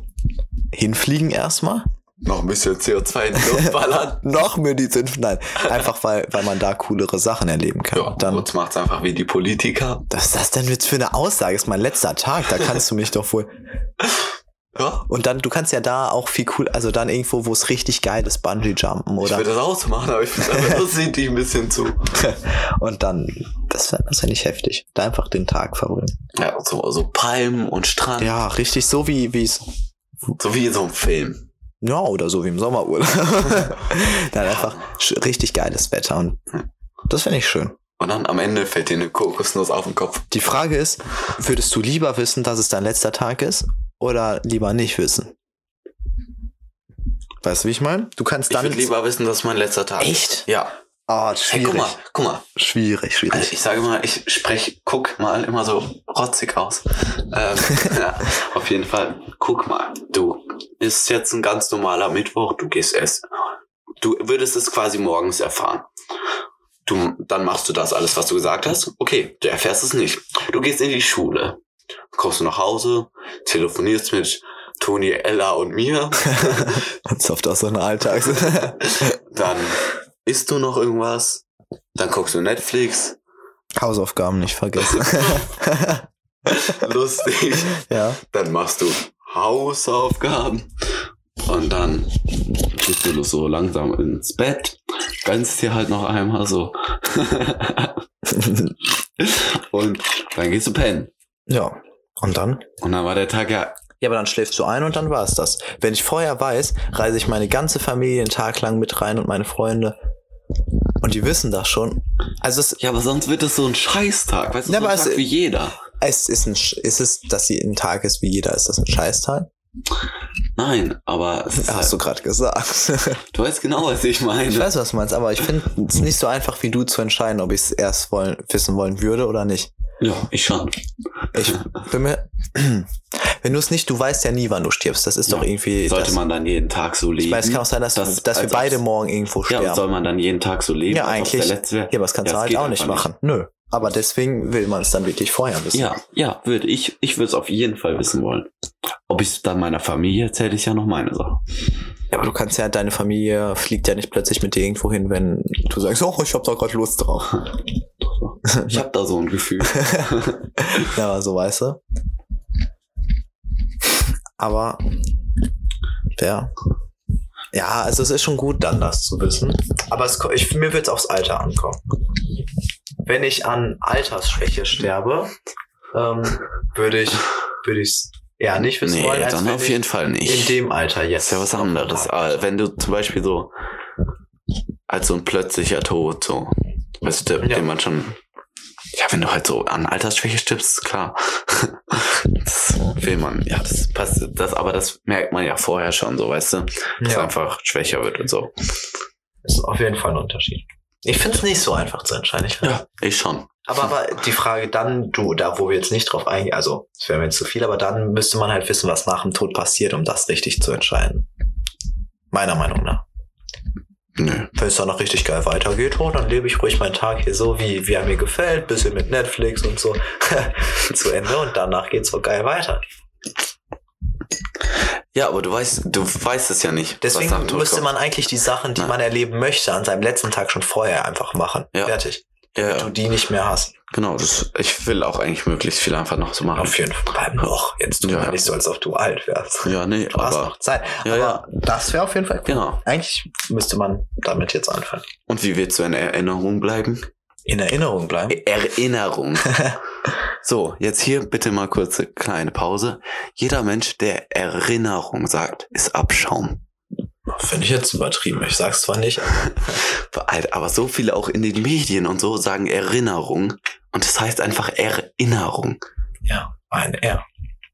[SPEAKER 3] hinfliegen erstmal.
[SPEAKER 2] Noch ein bisschen CO2 in die Luft ballern.
[SPEAKER 3] Noch mir die Sinn. Nein, einfach weil, weil man da coolere Sachen erleben kann.
[SPEAKER 2] Ja,
[SPEAKER 3] Dann,
[SPEAKER 2] kurz macht's einfach wie die Politiker.
[SPEAKER 3] was ist das denn jetzt für eine Aussage? Ist mein letzter Tag, da kannst du mich doch wohl.
[SPEAKER 2] Ja,
[SPEAKER 3] Und dann, du kannst ja da auch viel cool, also dann irgendwo, wo es richtig geil ist, Bungee-Jumpen
[SPEAKER 2] Ich
[SPEAKER 3] oder.
[SPEAKER 2] würde das auch so machen, aber ich finde einfach, das sieht dich ein bisschen zu.
[SPEAKER 3] Und dann, das wäre das wär nicht heftig. Da einfach den Tag verbringen.
[SPEAKER 2] Ja, so, so Palmen und Strand.
[SPEAKER 3] Ja, richtig, so wie wie es.
[SPEAKER 2] So wie in so einem Film.
[SPEAKER 3] Ja, oder so wie im Sommerurlaub. dann einfach sch- richtig geiles Wetter und das finde ich schön.
[SPEAKER 2] Und dann am Ende fällt dir eine Kokosnuss auf den Kopf.
[SPEAKER 3] Die Frage ist, würdest du lieber wissen, dass es dein letzter Tag ist oder lieber nicht wissen? Weißt du, wie ich meine? Du kannst
[SPEAKER 2] Ich
[SPEAKER 3] dann
[SPEAKER 2] würde lieber wissen, dass mein letzter Tag ist.
[SPEAKER 3] echt.
[SPEAKER 2] Ja.
[SPEAKER 3] Ah,
[SPEAKER 2] Hey,
[SPEAKER 3] schwierig.
[SPEAKER 2] guck mal, guck mal.
[SPEAKER 3] Schwierig,
[SPEAKER 2] Also
[SPEAKER 3] schwierig.
[SPEAKER 2] ich sage mal, ich spreche, guck mal immer so rotzig aus. Ähm, ja, auf jeden Fall. Guck mal, du ist jetzt ein ganz normaler Mittwoch, du gehst essen. Du würdest es quasi morgens erfahren. Du, dann machst du das alles, was du gesagt hast. Okay, du erfährst es nicht. Du gehst in die Schule, kommst du nach Hause, telefonierst mit Toni, Ella und mir.
[SPEAKER 3] Ganz oft aus so einer Alltags.
[SPEAKER 2] Dann isst du noch irgendwas. Dann guckst du Netflix.
[SPEAKER 3] Hausaufgaben nicht vergessen.
[SPEAKER 2] Lustig.
[SPEAKER 3] ja.
[SPEAKER 2] dann machst du Hausaufgaben und dann gehst du so langsam ins Bett, gönnst dir halt noch einmal so und dann gehst du pennen.
[SPEAKER 3] ja. Und dann?
[SPEAKER 2] Und dann war der Tag ja,
[SPEAKER 3] Ja, aber dann schläfst du ein und dann war es das. Wenn ich vorher weiß, reise ich meine ganze Familie einen Tag lang mit rein und meine Freunde. Und die wissen das schon. Also es,
[SPEAKER 2] ja, aber sonst wird das so ein Scheißtag, weißt du,
[SPEAKER 3] Ja,
[SPEAKER 2] so ein
[SPEAKER 3] aber
[SPEAKER 2] Tag
[SPEAKER 3] es-
[SPEAKER 2] wie jeder.
[SPEAKER 3] es ist ein, Sch- ist es, dass sie ein Tag ist wie jeder, ist das ein Scheißtag?
[SPEAKER 2] Nein, aber es ist
[SPEAKER 3] Ja,
[SPEAKER 2] halt,
[SPEAKER 3] Hast du gerade gesagt. ich
[SPEAKER 2] du weißt genau, was ich meine.
[SPEAKER 3] weiß, was du meinst, aber ich finde es nicht so einfach wie du zu entscheiden, ob ich es erst wollen, wissen wollen würde oder nicht.
[SPEAKER 2] Ja, ich schon.
[SPEAKER 3] Ich bin mir. Wenn du es nicht, du weißt ja nie, wann du stirbst. Das ist
[SPEAKER 2] Ja,
[SPEAKER 3] doch irgendwie.
[SPEAKER 2] Sollte
[SPEAKER 3] das,
[SPEAKER 2] man dann jeden Tag so leben?
[SPEAKER 3] ich weiß, es kann auch sein, dass,
[SPEAKER 2] das-
[SPEAKER 3] dass wir
[SPEAKER 2] als
[SPEAKER 3] beide
[SPEAKER 2] ob's-
[SPEAKER 3] morgen irgendwo
[SPEAKER 2] ja,
[SPEAKER 3] sterben.
[SPEAKER 2] aber soll man dann jeden Tag so leben?
[SPEAKER 3] Ja,
[SPEAKER 2] als ob's
[SPEAKER 3] eigentlich.
[SPEAKER 2] Der letzte wäre?
[SPEAKER 3] Ja, aber das
[SPEAKER 2] Ja,
[SPEAKER 3] kannst du
[SPEAKER 2] das
[SPEAKER 3] halt
[SPEAKER 2] geht
[SPEAKER 3] auch nicht
[SPEAKER 2] einfach nicht.
[SPEAKER 3] machen. Nö. Aber deswegen will man es dann wirklich vorher wissen.
[SPEAKER 2] Ja, ja, würde ich. Ich würde es auf jeden Fall wissen wollen. Ob ich es dann meiner Familie erzähle, ich ja noch meine Sache.
[SPEAKER 3] Ja, aber du kannst ja, deine Familie fliegt ja nicht plötzlich mit dir irgendwo hin, wenn du sagst, oh, ich hab da gerade Lust drauf.
[SPEAKER 2] Ich habe da so ein Gefühl.
[SPEAKER 3] ja, aber so weißt du. Aber, ja. Ja, also es ist schon gut, dann das zu wissen. Aber es, ko- ich, mir wird es aufs Alter ankommen. Wenn ich an Altersschwäche sterbe, ähm, würde ich würde ich's eher nicht wissen
[SPEAKER 2] nee,
[SPEAKER 3] wollen. als
[SPEAKER 2] dann
[SPEAKER 3] wenn
[SPEAKER 2] auf
[SPEAKER 3] ich-
[SPEAKER 2] jeden Fall nicht.
[SPEAKER 3] In dem Alter jetzt.
[SPEAKER 2] ist ja was anderes. Aber wenn du Ah, zum Beispiel so als so ein plötzlicher Tod, so. Weißt du, der,
[SPEAKER 3] Ja.
[SPEAKER 2] den man schon. Ja, wenn du halt so an Altersschwäche stirbst, klar. das will man, ja, das passt, das, aber das merkt man ja vorher schon, so, weißt du, dass
[SPEAKER 3] Ja.
[SPEAKER 2] einfach schwächer wird und so.
[SPEAKER 3] Ist auf jeden Fall ein Unterschied. Ich finde es nicht so einfach zu entscheiden. Ich find-
[SPEAKER 2] Ich schon.
[SPEAKER 3] Aber, aber die Frage dann, du, da wo wir jetzt nicht drauf eingehen, also es wäre mir zu viel, aber dann müsste man halt wissen, was nach dem Tod passiert, um das richtig zu entscheiden. Meiner Meinung nach.
[SPEAKER 2] Nö.
[SPEAKER 3] Wenn es dann noch richtig geil weitergeht, oh, dann lebe ich ruhig meinen Tag hier so, wie, wie er mir gefällt, bisschen mit Netflix und so zu Ende und danach geht's so geil weiter.
[SPEAKER 2] Ja, aber du weißt, du weißt es ja nicht.
[SPEAKER 3] Deswegen
[SPEAKER 2] nach dem Tod
[SPEAKER 3] müsste
[SPEAKER 2] kommt.
[SPEAKER 3] man eigentlich die Sachen, die
[SPEAKER 2] Nein.
[SPEAKER 3] man erleben möchte, an seinem letzten Tag schon vorher einfach machen.
[SPEAKER 2] Ja.
[SPEAKER 3] Fertig.
[SPEAKER 2] Ja,
[SPEAKER 3] Du
[SPEAKER 2] ja,
[SPEAKER 3] die nicht mehr hast.
[SPEAKER 2] genau. Das, ich will auch eigentlich möglichst viel einfach noch so machen.
[SPEAKER 3] Auf jeden Fall beim Loch. Jetzt tu
[SPEAKER 2] Ja,
[SPEAKER 3] mal
[SPEAKER 2] ja.
[SPEAKER 3] nicht so, als ob du alt wärst.
[SPEAKER 2] Ja, nee,
[SPEAKER 3] Du hast
[SPEAKER 2] aber.
[SPEAKER 3] noch Zeit.
[SPEAKER 2] Ja,
[SPEAKER 3] aber
[SPEAKER 2] ja.
[SPEAKER 3] das wäre auf jeden Fall cool.
[SPEAKER 2] Genau.
[SPEAKER 3] Eigentlich müsste man damit jetzt anfangen.
[SPEAKER 2] Und wie wird so in Erinnerung bleiben?
[SPEAKER 3] In Erinnerung bleiben.
[SPEAKER 2] Erinnerung. so, jetzt hier bitte mal kurze kleine Pause. Jeder Mensch, der Erinnerung sagt, ist Abschaum.
[SPEAKER 3] Finde ich jetzt übertrieben. Ich sag's zwar nicht, aber
[SPEAKER 2] Alter, Aber so viele auch in den Medien und so sagen Erinnerung. Und das heißt einfach Erinnerung.
[SPEAKER 3] ja, ein R.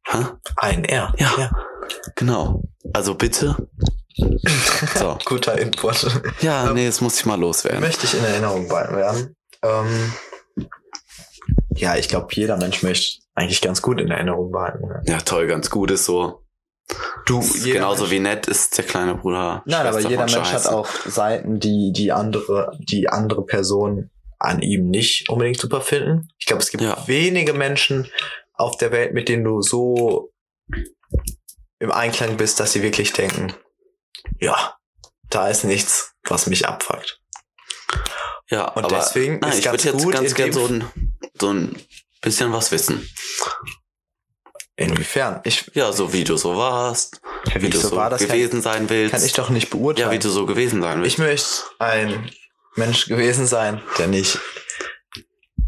[SPEAKER 2] Hä?
[SPEAKER 3] Ein R.
[SPEAKER 2] Ja. Genau. Also bitte. So.
[SPEAKER 3] Guter Input.
[SPEAKER 2] Ja,
[SPEAKER 3] Ähm,
[SPEAKER 2] nee, jetzt muss ich mal loswerden.
[SPEAKER 3] möchte ich in Erinnerung behalten werden. Ähm, ja, ich glaube, jeder Mensch möchte eigentlich ganz gut in Erinnerung behalten ne? werden.
[SPEAKER 2] Ja, toll, ganz gut ist so.
[SPEAKER 3] Du,
[SPEAKER 2] Ist genauso wie nett ist der kleine Bruder.
[SPEAKER 3] Nein, aber
[SPEAKER 2] Schwester
[SPEAKER 3] jeder
[SPEAKER 2] von
[SPEAKER 3] Mensch hat
[SPEAKER 2] Scheiße.
[SPEAKER 3] auch Seiten, die die andere, die andere Person an ihm nicht unbedingt super finden. Ich glaube, es gibt
[SPEAKER 2] Ja.
[SPEAKER 3] wenige Menschen auf der Welt, mit denen du so im Einklang bist, dass sie wirklich denken, ja, da ist nichts, was mich abfuckt.
[SPEAKER 2] Ja,
[SPEAKER 3] Und
[SPEAKER 2] aber
[SPEAKER 3] deswegen
[SPEAKER 2] nein,
[SPEAKER 3] ist
[SPEAKER 2] ich
[SPEAKER 3] ganz
[SPEAKER 2] würde jetzt
[SPEAKER 3] gut
[SPEAKER 2] ganz
[SPEAKER 3] in
[SPEAKER 2] gern
[SPEAKER 3] dem-
[SPEAKER 2] so ein, so ein bisschen was wissen.
[SPEAKER 3] Inwiefern? Ich,
[SPEAKER 2] Ja, so wie du so warst,
[SPEAKER 3] wie,
[SPEAKER 2] wie
[SPEAKER 3] ich
[SPEAKER 2] du
[SPEAKER 3] so
[SPEAKER 2] so
[SPEAKER 3] war, das
[SPEAKER 2] gewesen
[SPEAKER 3] kann,
[SPEAKER 2] sein willst.
[SPEAKER 3] kann ich doch nicht beurteilen.
[SPEAKER 2] ja, wie du so gewesen sein willst.
[SPEAKER 3] Ich möchte ein Mensch gewesen sein, der nicht,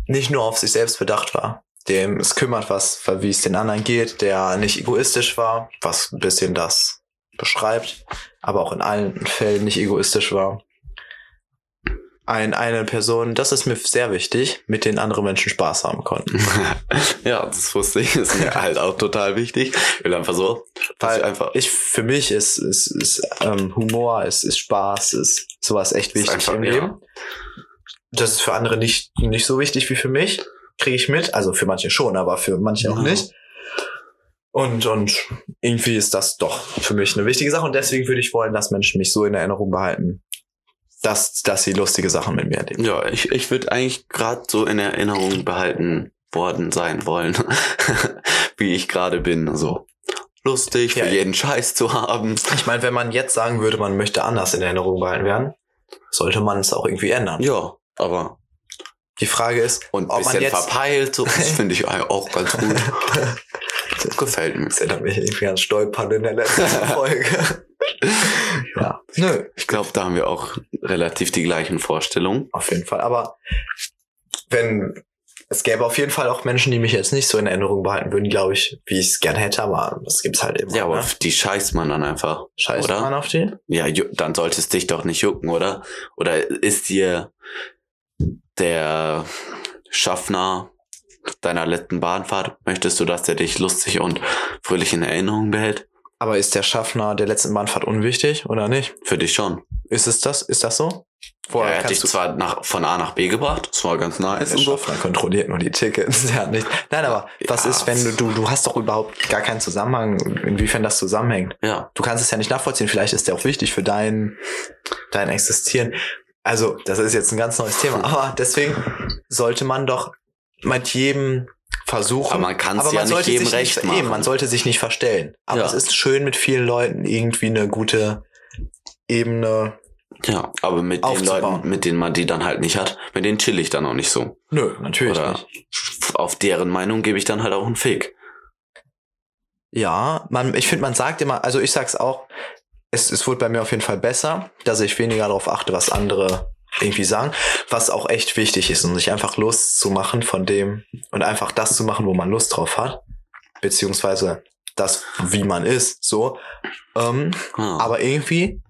[SPEAKER 3] nicht nur auf sich selbst bedacht war, dem es kümmert, was, wie es den anderen geht, der nicht egoistisch war, was ein bisschen das beschreibt, aber auch in allen Fällen nicht egoistisch war. Ein, eine Person, das ist mir sehr wichtig, mit den andere Menschen Spaß haben konnten.
[SPEAKER 2] ja, das wusste ich. Ist mir halt auch total wichtig. Ich will einfach so. Dass
[SPEAKER 3] Weil
[SPEAKER 2] ich einfach,
[SPEAKER 3] ich, für mich ist, ist, ist ähm, Humor, ist, ist Spaß, ist sowas
[SPEAKER 2] Ist
[SPEAKER 3] echt wichtig
[SPEAKER 2] einfach,
[SPEAKER 3] im
[SPEAKER 2] ja.
[SPEAKER 3] Leben. Das ist für andere nicht, nicht so wichtig wie für mich. Kriege ich mit. Also für manche schon, aber für manche auch
[SPEAKER 2] Ja.
[SPEAKER 3] nicht. Und, und irgendwie ist das doch für mich eine wichtige Sache. Und deswegen würde ich wollen, dass Menschen mich so in Erinnerung behalten, dass, dass sie lustige Sachen mit mir erleben.
[SPEAKER 2] ja, ich, ich würde eigentlich gerade so in Erinnerung behalten worden sein wollen, wie ich gerade bin. So lustig,
[SPEAKER 3] Ja,
[SPEAKER 2] für
[SPEAKER 3] ja.
[SPEAKER 2] jeden Scheiß zu haben.
[SPEAKER 3] Ich meine, wenn man jetzt sagen würde, man möchte anders in Erinnerung behalten werden, sollte man es auch irgendwie ändern.
[SPEAKER 2] Ja, aber.
[SPEAKER 3] Die Frage ist,
[SPEAKER 2] Und
[SPEAKER 3] Ob
[SPEAKER 2] ein
[SPEAKER 3] man
[SPEAKER 2] bisschen
[SPEAKER 3] jetzt-
[SPEAKER 2] verpeilt, so, das finde ich auch ganz gut. Gefällt mir.
[SPEAKER 3] Das erinnert mich irgendwie an Stolpern in der letzten Folge. ja. Nö,
[SPEAKER 2] Ich glaube, da haben wir auch relativ die gleichen Vorstellungen.
[SPEAKER 3] auf jeden Fall. Aber wenn es gäbe auf jeden Fall auch Menschen, die mich jetzt nicht so in Erinnerung behalten würden, glaube ich, wie ich es gern hätte, aber das gibt's halt immer.
[SPEAKER 2] Ja, aber
[SPEAKER 3] ne?
[SPEAKER 2] auf die scheißt man dann einfach.
[SPEAKER 3] scheiß
[SPEAKER 2] oder?
[SPEAKER 3] man auf die.
[SPEAKER 2] Ja, ju- dann sollte es dich doch nicht jucken, oder? Oder ist dir der Schaffner deiner letzten Bahnfahrt, möchtest du, dass der dich lustig und fröhlich in Erinnerung behält?
[SPEAKER 3] Aber ist der Schaffner der letzten Bahnfahrt unwichtig oder nicht?
[SPEAKER 2] Für dich schon.
[SPEAKER 3] Ist es das? Ist das so?
[SPEAKER 2] Ja,
[SPEAKER 3] Woher
[SPEAKER 2] er hat dich
[SPEAKER 3] kannst du
[SPEAKER 2] zwar nach, von A nach B gebracht, das war ganz nice
[SPEAKER 3] Der
[SPEAKER 2] und so.
[SPEAKER 3] Schaffner kontrolliert nur die Tickets. Der hat nicht. Nein, aber was
[SPEAKER 2] Ja.
[SPEAKER 3] ist, wenn du, du, du hast doch überhaupt gar keinen Zusammenhang, inwiefern das zusammenhängt?
[SPEAKER 2] Ja,
[SPEAKER 3] du kannst es ja nicht nachvollziehen. Vielleicht ist der auch wichtig für dein, dein Existieren. Also, das ist jetzt ein ganz neues Thema. Aber deswegen sollte man doch mit jedem versuchen.
[SPEAKER 2] aber man kann es
[SPEAKER 3] aber
[SPEAKER 2] ja nicht
[SPEAKER 3] sollte
[SPEAKER 2] jedem
[SPEAKER 3] sich
[SPEAKER 2] recht
[SPEAKER 3] nicht,
[SPEAKER 2] machen.
[SPEAKER 3] Eben, man sollte sich nicht verstellen. Aber
[SPEAKER 2] Ja.
[SPEAKER 3] es ist schön, mit vielen Leuten irgendwie eine gute Ebene.
[SPEAKER 2] ja, aber mit den
[SPEAKER 3] Aufzubauen.
[SPEAKER 2] Leuten, mit denen man die dann halt nicht hat, mit denen chill ich dann auch nicht so.
[SPEAKER 3] Nö, natürlich
[SPEAKER 2] Oder
[SPEAKER 3] nicht.
[SPEAKER 2] auf deren Meinung gebe ich dann halt auch einen Fick.
[SPEAKER 3] Ja, man, ich finde, man sagt immer, also ich sag's auch, es, es wurde bei mir auf jeden Fall besser, dass ich weniger darauf achte, was andere irgendwie sagen, was auch echt wichtig ist, um sich einfach loszumachen von dem und einfach das zu machen, wo man Lust drauf hat, beziehungsweise das, wie man ist, so. Ähm,
[SPEAKER 2] Ah.
[SPEAKER 3] aber irgendwie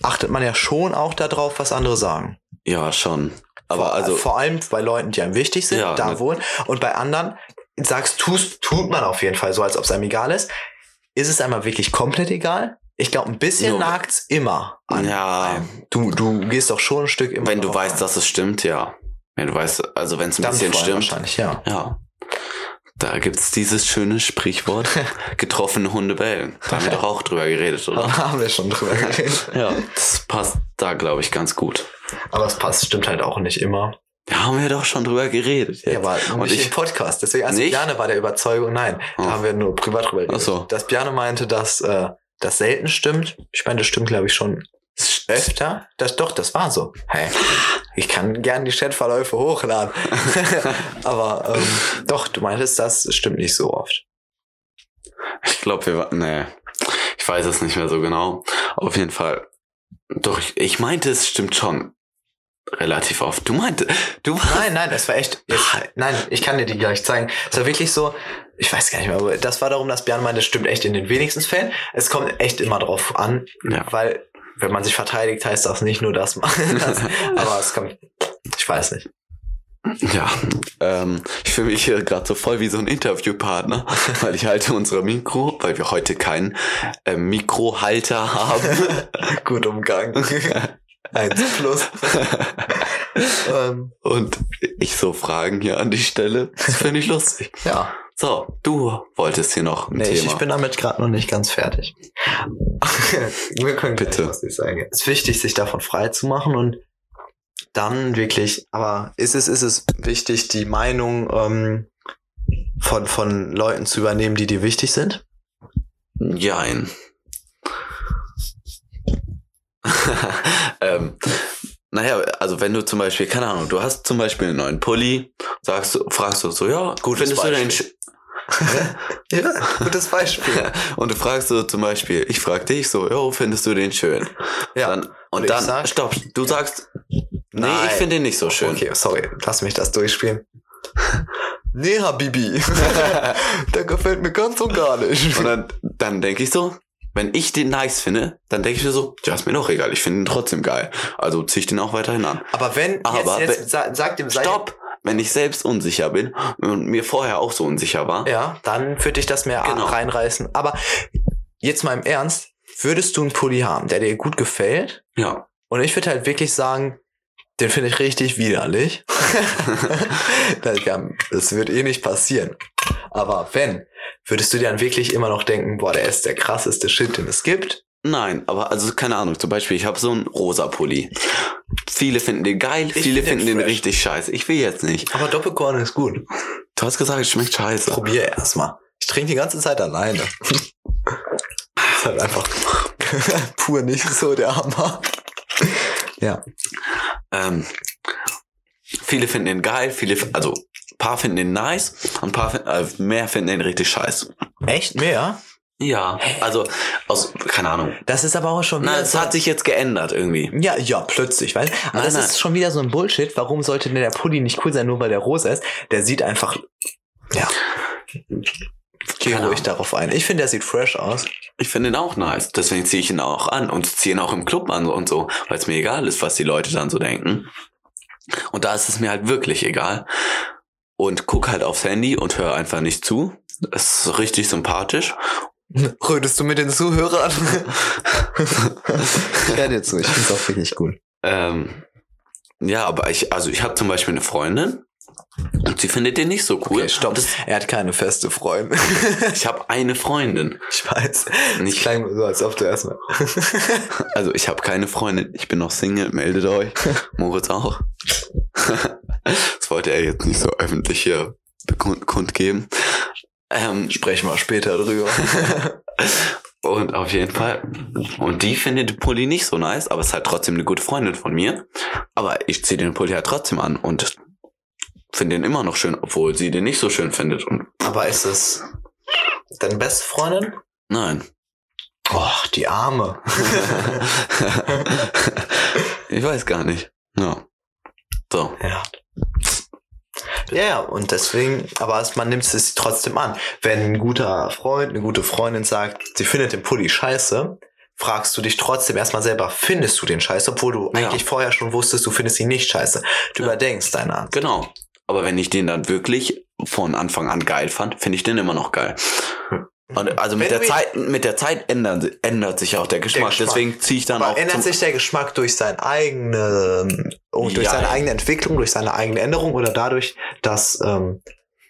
[SPEAKER 3] achtet man ja schon auch darauf, was andere sagen.
[SPEAKER 2] Ja, schon. Aber
[SPEAKER 3] vor,
[SPEAKER 2] also,
[SPEAKER 3] vor allem bei Leuten, die einem wichtig sind,
[SPEAKER 2] Ja,
[SPEAKER 3] da
[SPEAKER 2] ne-
[SPEAKER 3] wohnen. Und bei anderen sagst, tust, tut man auf jeden Fall so, als ob es einem egal ist. Ist es einmal wirklich komplett egal? Ich glaube, ein bisschen
[SPEAKER 2] Nur-
[SPEAKER 3] nagt's immer an.
[SPEAKER 2] ja,
[SPEAKER 3] Du, du gehst doch schon ein Stück immer.
[SPEAKER 2] wenn du
[SPEAKER 3] drauf ein.
[SPEAKER 2] weißt, dass es stimmt, ja. Wenn du weißt, also wenn es ein
[SPEAKER 3] Dann
[SPEAKER 2] bisschen
[SPEAKER 3] vor allem
[SPEAKER 2] stimmt,
[SPEAKER 3] Wahrscheinlich, ja.
[SPEAKER 2] ja. Da gibt's dieses schöne Sprichwort, getroffene Hunde bellen. Da haben wir doch auch drüber geredet, oder?
[SPEAKER 3] haben wir schon drüber geredet.
[SPEAKER 2] Ja, das passt da, glaube ich, ganz gut.
[SPEAKER 3] Aber es passt, stimmt halt auch nicht immer.
[SPEAKER 2] Da haben wir doch schon drüber geredet.
[SPEAKER 3] Ja, aber
[SPEAKER 2] Und
[SPEAKER 3] nicht
[SPEAKER 2] ich-
[SPEAKER 3] im Podcast. Deswegen, als
[SPEAKER 2] Nicht?
[SPEAKER 3] Bjane war der Überzeugung, nein,
[SPEAKER 2] Oh.
[SPEAKER 3] da haben wir nur privat drüber geredet.
[SPEAKER 2] Ach so.
[SPEAKER 3] Dass Bjane meinte, dass äh, das selten stimmt. Ich meine, das stimmt, glaube ich, schon öfter. Das, doch, das war so. Hey, ich kann gern die Chatverläufe hochladen. aber ähm, doch, du meintest, das stimmt nicht so oft.
[SPEAKER 2] Ich glaube, wir waren. Nee. Ich weiß es nicht mehr so genau. Auf jeden Fall. Doch, ich, ich meinte, es stimmt schon relativ oft. Du meinte, du warst. Ah.
[SPEAKER 3] Nein, nein, das war echt. Jetzt, nein, ich kann dir die gleich zeigen. Es war wirklich so, ich weiß gar nicht mehr, aber das war darum, dass Björn meinte, das stimmt echt in den wenigsten Fällen. Es kommt echt immer drauf an,
[SPEAKER 2] Ja.
[SPEAKER 3] weil wenn man sich verteidigt, heißt das nicht nur das. man- das aber es kommt, ich weiß nicht.
[SPEAKER 2] Ja. Ähm, ich fühle mich hier gerade so voll wie so ein Interviewpartner, weil ich halte unser Mikro, weil wir heute keinen ähm, Mikrohalter haben.
[SPEAKER 3] Gut umgangen. Eins plus. ähm,
[SPEAKER 2] Und ich so Fragen hier an die Stelle. Das finde ich lustig.
[SPEAKER 3] ja,
[SPEAKER 2] So, du wolltest hier noch ein
[SPEAKER 3] nee, ich,
[SPEAKER 2] Thema.
[SPEAKER 3] ich bin damit gerade noch nicht ganz fertig. Wir können gleich
[SPEAKER 2] Bitte.
[SPEAKER 3] was ich sage. Es ist wichtig, sich davon frei zu machen und dann wirklich, aber ist es, ist es wichtig, die Meinung ähm, von, von Leuten zu übernehmen, die dir wichtig sind?
[SPEAKER 2] Jein. ähm, naja, also wenn du zum Beispiel, keine Ahnung, du hast zum Beispiel einen neuen Pulli, sagst du, fragst du so, ja, gut,
[SPEAKER 3] Gutes
[SPEAKER 2] findest du den
[SPEAKER 3] Beispiel.
[SPEAKER 2] sch-
[SPEAKER 3] Ja, gutes Beispiel.
[SPEAKER 2] Und du fragst so zum Beispiel, ich frag dich so, jo, findest du den schön?
[SPEAKER 3] ja.
[SPEAKER 2] Dann,
[SPEAKER 3] Und
[SPEAKER 2] und
[SPEAKER 3] ich
[SPEAKER 2] dann,
[SPEAKER 3] sag-
[SPEAKER 2] stopp, du sagst, nee,
[SPEAKER 3] Nein.
[SPEAKER 2] ich finde den nicht so schön.
[SPEAKER 3] Okay, sorry, lass mich das durchspielen. Nee, Habibi. Der gefällt mir ganz und gar nicht.
[SPEAKER 2] Und dann, dann denke ich so, wenn ich den nice finde, dann denke ich mir so, ja, ist mir doch egal, ich finde ihn trotzdem geil. Also zieh ich den auch weiterhin an.
[SPEAKER 3] Aber wenn,
[SPEAKER 2] Aber
[SPEAKER 3] jetzt,
[SPEAKER 2] wenn-
[SPEAKER 3] jetzt sa- sag dem, sei,
[SPEAKER 2] Stopp! Wenn ich selbst unsicher bin und mir vorher auch so unsicher war,
[SPEAKER 3] Ja, dann würde ich das mehr
[SPEAKER 2] Genau.
[SPEAKER 3] reinreißen. Aber jetzt mal im Ernst, würdest du einen Pulli haben, der dir gut gefällt?
[SPEAKER 2] ja,
[SPEAKER 3] Und ich würde halt wirklich sagen, den finde ich richtig widerlich. das kann- das wird eh nicht passieren. Aber wenn, würdest du dir dann wirklich immer noch denken, boah, der ist der krasseste Shit, den es gibt?
[SPEAKER 2] Nein, aber also keine Ahnung. Zum Beispiel, ich habe so einen rosa Pulli. Viele finden den geil,
[SPEAKER 3] Ich
[SPEAKER 2] viele
[SPEAKER 3] find den
[SPEAKER 2] finden den
[SPEAKER 3] fresh.
[SPEAKER 2] richtig scheiße. Ich will jetzt nicht.
[SPEAKER 3] Aber Doppelkorn ist gut.
[SPEAKER 2] Du hast gesagt, es schmeckt scheiße.
[SPEAKER 3] Probier erstmal. Ich trinke die ganze Zeit alleine. ist halt einfach pur nicht so der Hammer.
[SPEAKER 2] Ähm, viele finden den geil, viele, f- also paar finden den nice und paar fin- äh, mehr finden den richtig scheiße.
[SPEAKER 3] Echt mehr?
[SPEAKER 2] Ja, also aus keine Ahnung.
[SPEAKER 3] Das ist aber auch schon
[SPEAKER 2] Nein,
[SPEAKER 3] wieder
[SPEAKER 2] es
[SPEAKER 3] so-
[SPEAKER 2] hat sich jetzt geändert irgendwie.
[SPEAKER 3] Ja, ja, plötzlich, weißt du? Aber
[SPEAKER 2] Nein,
[SPEAKER 3] das
[SPEAKER 2] nein.
[SPEAKER 3] ist schon wieder so ein Bullshit. Warum sollte denn der Pulli nicht cool sein, nur weil der rosa ist? Der sieht einfach. Ja. Geh
[SPEAKER 2] Keine
[SPEAKER 3] ruhig
[SPEAKER 2] Ahnung.
[SPEAKER 3] darauf ein. Ich finde, der sieht fresh aus.
[SPEAKER 2] Ich finde ihn auch nice, deswegen ziehe ich ihn auch an und ziehe ihn auch im Club an und so, weil es mir egal ist, was die Leute dann so denken. Und da ist es mir halt wirklich egal. Und guck halt aufs Handy und hör einfach nicht zu. Das ist richtig sympathisch.
[SPEAKER 3] Rötest du mit den Zuhörern? ich werde jetzt so. Ich finde auch wirklich gut.
[SPEAKER 2] Ähm, ja, aber ich, also ich habe zum Beispiel eine Freundin und sie findet den nicht so cool.
[SPEAKER 3] Okay, stopp.
[SPEAKER 2] Und das-
[SPEAKER 3] Er hat keine feste Freunde.
[SPEAKER 2] Ich habe eine Freundin.
[SPEAKER 3] ich weiß. Ich
[SPEAKER 2] Nicht,
[SPEAKER 3] klang so, als ob du erstmal.
[SPEAKER 2] also ich habe keine Freundin. Ich bin noch Single, meldet euch. Moritz auch. das wollte er jetzt nicht so öffentlich hier bekund- kundgeben. Ähm,
[SPEAKER 3] Sprechen wir später drüber.
[SPEAKER 2] und auf jeden Fall. Und die findet Pulli nicht so nice, aber ist halt trotzdem eine gute Freundin von mir. Aber ich ziehe den Pulli halt trotzdem an und finde den immer noch schön, obwohl sie den nicht so schön findet. Und
[SPEAKER 3] Aber ist es deine beste Freundin?
[SPEAKER 2] nein.
[SPEAKER 3] Och, die Arme.
[SPEAKER 2] ich weiß gar nicht. Ja. So.
[SPEAKER 3] Ja. Ja, ja, und deswegen, aber es, man nimmt es trotzdem an. Wenn ein guter Freund, eine gute Freundin sagt, sie findet den Pulli scheiße, fragst du dich trotzdem erstmal selber, findest du den scheiße, obwohl du
[SPEAKER 2] Ja.
[SPEAKER 3] eigentlich vorher schon wusstest, du findest ihn nicht scheiße. Du überdenkst deine Art.
[SPEAKER 2] Genau. Aber wenn ich den dann wirklich von Anfang an geil fand, finde ich den immer noch geil. Und also mit der
[SPEAKER 3] Hm. Wenn du ihn-
[SPEAKER 2] Zeit, mit der Zeit ändern, ändert sich auch der Geschmack.
[SPEAKER 3] Geschmack.
[SPEAKER 2] Deswegen ziehe ich dann
[SPEAKER 3] Aber
[SPEAKER 2] auch.
[SPEAKER 3] ändert
[SPEAKER 2] zum-
[SPEAKER 3] sich der Geschmack durch sein eigene, oh, durch
[SPEAKER 2] Ja.
[SPEAKER 3] seine eigene
[SPEAKER 4] eigene Entwicklung, durch seine eigene Änderung oder dadurch, dass ähm,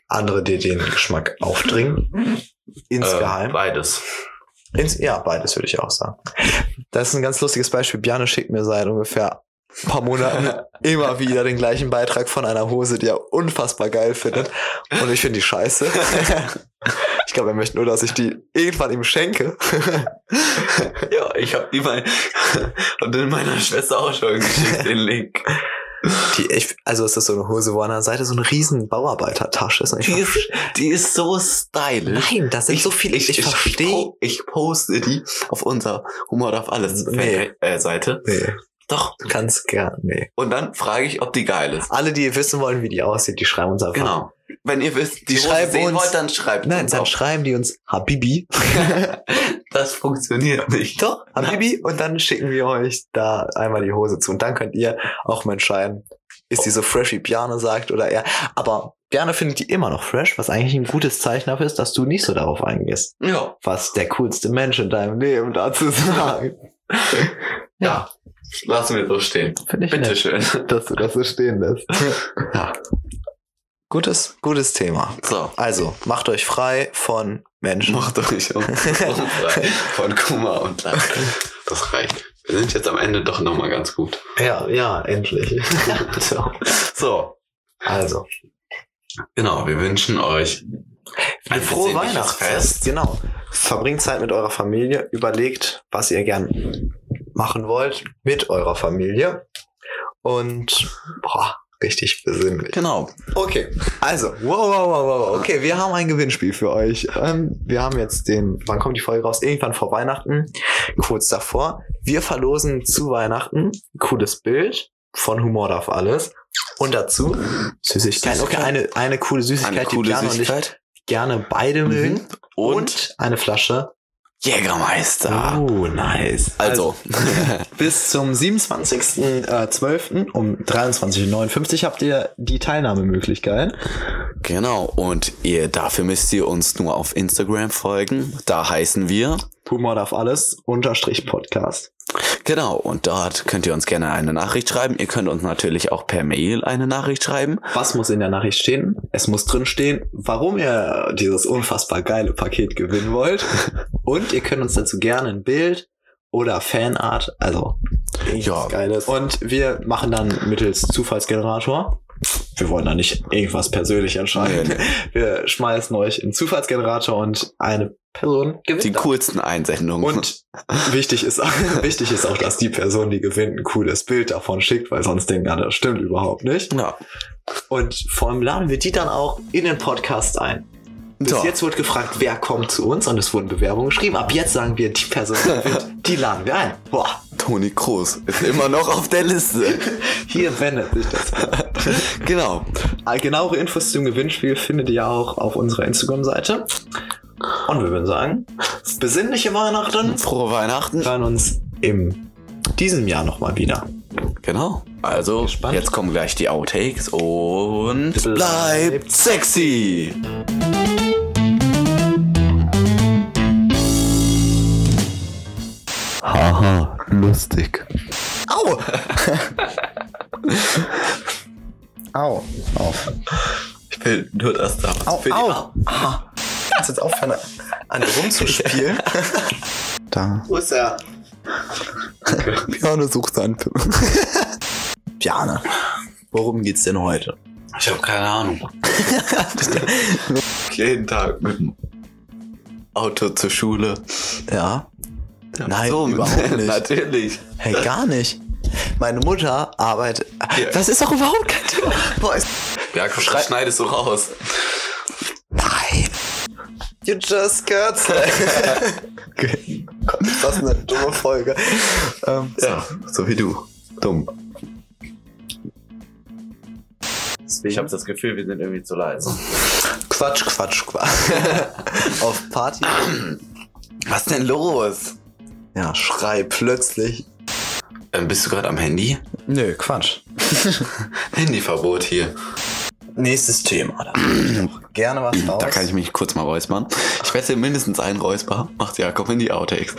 [SPEAKER 4] andere dir den Geschmack aufdringen.
[SPEAKER 2] Ähm,
[SPEAKER 3] insgeheim.
[SPEAKER 2] äh, beides.
[SPEAKER 3] Ins, ja, beides würde ich auch sagen. Das ist ein ganz lustiges Beispiel. Bjarne schickt mir seit ungefähr ein paar Monaten immer wieder den gleichen Beitrag von einer Hose, die er unfassbar geil findet. Und ich finde die scheiße. Ich glaube, er möchte nur, dass ich die irgendwann ihm schenke.
[SPEAKER 2] Ja, ich habe die mal und in meiner Schwester auch schon geschickt den Link.
[SPEAKER 3] Die, ich, also es ist so eine Hose, wo an der Seite so eine riesen Bauarbeitertasche ist. Und ich
[SPEAKER 2] Die ist, die ist so stylisch.
[SPEAKER 3] Nein, das sind so viele. Ich, verstehe.
[SPEAKER 2] po- Ich poste die auf unserer Humor darf alles
[SPEAKER 3] Nee.
[SPEAKER 2] äh, Seite.
[SPEAKER 3] Nee,
[SPEAKER 2] Doch.
[SPEAKER 3] ganz gern. Nee.
[SPEAKER 2] Und dann frage ich, ob die geil ist.
[SPEAKER 3] Alle, die wissen wollen, wie die aussieht, die schreiben uns einfach.
[SPEAKER 2] Genau. Wenn ihr wisst, die Hose
[SPEAKER 3] Schreibt
[SPEAKER 2] sehen
[SPEAKER 3] uns-
[SPEAKER 2] wollt, dann schreibt
[SPEAKER 3] Nein,
[SPEAKER 2] uns
[SPEAKER 3] dann
[SPEAKER 2] auf.
[SPEAKER 3] schreiben die uns Habibi.
[SPEAKER 2] Das funktioniert nicht.
[SPEAKER 3] Doch, Habibi. Und dann schicken wir euch da einmal die Hose zu. Und dann könnt ihr auch mal entscheiden, ist die so fresh, wie Bjarne sagt, oder eher. Aber Bjarne findet die immer noch fresh, was eigentlich ein gutes Zeichen dafür ist, dass du nicht so darauf eingehst,
[SPEAKER 2] Ja.
[SPEAKER 3] was der coolste Mensch in deinem Leben dazu sagt.
[SPEAKER 2] Ja. Lassen wir so stehen.
[SPEAKER 3] Finde ich nett,
[SPEAKER 2] Bitteschön.
[SPEAKER 3] dass du das so stehen lässt.
[SPEAKER 2] Ja.
[SPEAKER 3] Gutes, gutes Thema.
[SPEAKER 2] So.
[SPEAKER 3] Also, macht euch frei von Menschen.
[SPEAKER 2] Macht euch um, frei von Kummer und Leid. Das reicht. Wir sind jetzt am Ende doch nochmal ganz gut.
[SPEAKER 3] Ja, ja, endlich. so.
[SPEAKER 2] So,
[SPEAKER 3] Also.
[SPEAKER 2] genau. Wir wünschen euch
[SPEAKER 3] Ein frohe
[SPEAKER 2] besinnliches
[SPEAKER 3] Weihnachtsfest. Genau. Verbringt Zeit mit eurer Familie. Überlegt, was ihr gern machen wollt mit eurer Familie. Und boah, richtig besinnlich.
[SPEAKER 2] Genau.
[SPEAKER 3] Okay, also, wow, wow, wow, wow. Okay, wir haben ein Gewinnspiel für euch. Ähm, wir haben jetzt den, wann kommt die Folge raus? Irgendwann vor Weihnachten, kurz davor. Wir verlosen zu Weihnachten ein cooles Bild von Humor darf alles. Und dazu Süßigkeiten. Okay, eine, eine coole Süßigkeit,
[SPEAKER 2] Eine coole
[SPEAKER 3] Bjarne und ich
[SPEAKER 2] Süßigkeit.
[SPEAKER 3] gerne beide mögen.
[SPEAKER 2] Und,
[SPEAKER 3] eine Flasche.
[SPEAKER 2] Jägermeister.
[SPEAKER 3] Oh, nice.
[SPEAKER 2] Also,
[SPEAKER 3] bis zum 27.12. um 23.59 Uhr habt ihr die Teilnahmemöglichkeit.
[SPEAKER 2] genau. Und ihr, dafür müsst ihr uns nur auf Instagram folgen. Da heißen wir.
[SPEAKER 3] Humor darf alles, unterstrich Podcast.
[SPEAKER 2] Genau. Und dort könnt ihr uns gerne eine Nachricht schreiben. Ihr könnt uns natürlich auch per Mail eine Nachricht schreiben.
[SPEAKER 3] Was muss in der Nachricht stehen? Es muss drin stehen, warum ihr dieses unfassbar geile Paket gewinnen wollt. Und ihr könnt uns dazu gerne ein Bild oder Fanart, also
[SPEAKER 2] Ja.
[SPEAKER 3] Geiles. Und wir machen dann mittels Zufallsgenerator. Wir wollen da nicht irgendwas persönlich entscheiden.
[SPEAKER 2] Äh,
[SPEAKER 3] Wir schmeißen euch in Zufallsgenerator und eine Person gewinnt.
[SPEAKER 2] Die
[SPEAKER 3] dann.
[SPEAKER 2] coolsten Einsendungen.
[SPEAKER 3] Und wichtig ist, wichtig ist auch, dass die Person, die gewinnt, ein cooles Bild davon schickt, weil sonst denken alle, das stimmt überhaupt nicht.
[SPEAKER 2] ja.
[SPEAKER 3] Und vor allem laden wir die dann auch in den Podcast ein. Bis
[SPEAKER 2] So.
[SPEAKER 3] jetzt wurde gefragt, wer kommt zu uns und es wurden Bewerbungen geschrieben. Ab jetzt sagen wir, die Person, die gewinnt, die laden wir ein. Boah,
[SPEAKER 2] Toni Kroos ist immer noch auf der Liste.
[SPEAKER 3] hier wendet sich das.
[SPEAKER 2] Genau.
[SPEAKER 3] All Genauere Infos zum Gewinnspiel findet ihr auch auf unserer Instagram-Seite. Und wir würden sagen, besinnliche Weihnachten.
[SPEAKER 2] Frohe Weihnachten.
[SPEAKER 3] Wir hören uns in diesem Jahr nochmal wieder.
[SPEAKER 2] Genau. Also,
[SPEAKER 3] Gespannt.
[SPEAKER 2] jetzt kommen gleich die Outtakes und bleibt
[SPEAKER 3] Bleibt
[SPEAKER 2] sexy.
[SPEAKER 4] Haha, lustig.
[SPEAKER 3] Au!
[SPEAKER 4] Au, auf.
[SPEAKER 2] Ich will nur das da.
[SPEAKER 4] Au,
[SPEAKER 2] Für die-
[SPEAKER 4] au. Kannst jetzt aufhören, an dir rumzuspielen? da.
[SPEAKER 3] Wo ist er?
[SPEAKER 4] Björn sucht seinen Pim.
[SPEAKER 3] Bjarne, worum geht's denn heute?
[SPEAKER 2] Ich habe keine Ahnung. Jeden Tag mit dem Auto zur Schule.
[SPEAKER 3] Ja. Nein,
[SPEAKER 2] So,
[SPEAKER 3] überhaupt nicht.
[SPEAKER 2] Natürlich.
[SPEAKER 3] Hey, gar nicht. Meine Mutter arbeitet.
[SPEAKER 2] Ja.
[SPEAKER 3] Das ist doch überhaupt kein Thema. Boah, ist
[SPEAKER 2] Jakob, Schrei schneidest du raus.
[SPEAKER 3] Nein. You just got okay. Gott, ist das eine dumme Folge. Ähm,
[SPEAKER 2] Ja, so wie du. Dumm. Ich habe das Gefühl, wir sind irgendwie zu leise.
[SPEAKER 3] Quatsch, Quatsch, Quatsch. Auf Party.
[SPEAKER 2] Was denn los?
[SPEAKER 3] Ja, schrei plötzlich.
[SPEAKER 2] Ähm, bist du gerade am Handy?
[SPEAKER 3] Nö, Quatsch.
[SPEAKER 2] Handyverbot hier.
[SPEAKER 5] Nächstes Thema. Dann.
[SPEAKER 3] Gerne was raus.
[SPEAKER 2] Da kann ich mich kurz mal räuspern. Ich wette, mindestens einen Räusper macht Jakob in die Outtakes.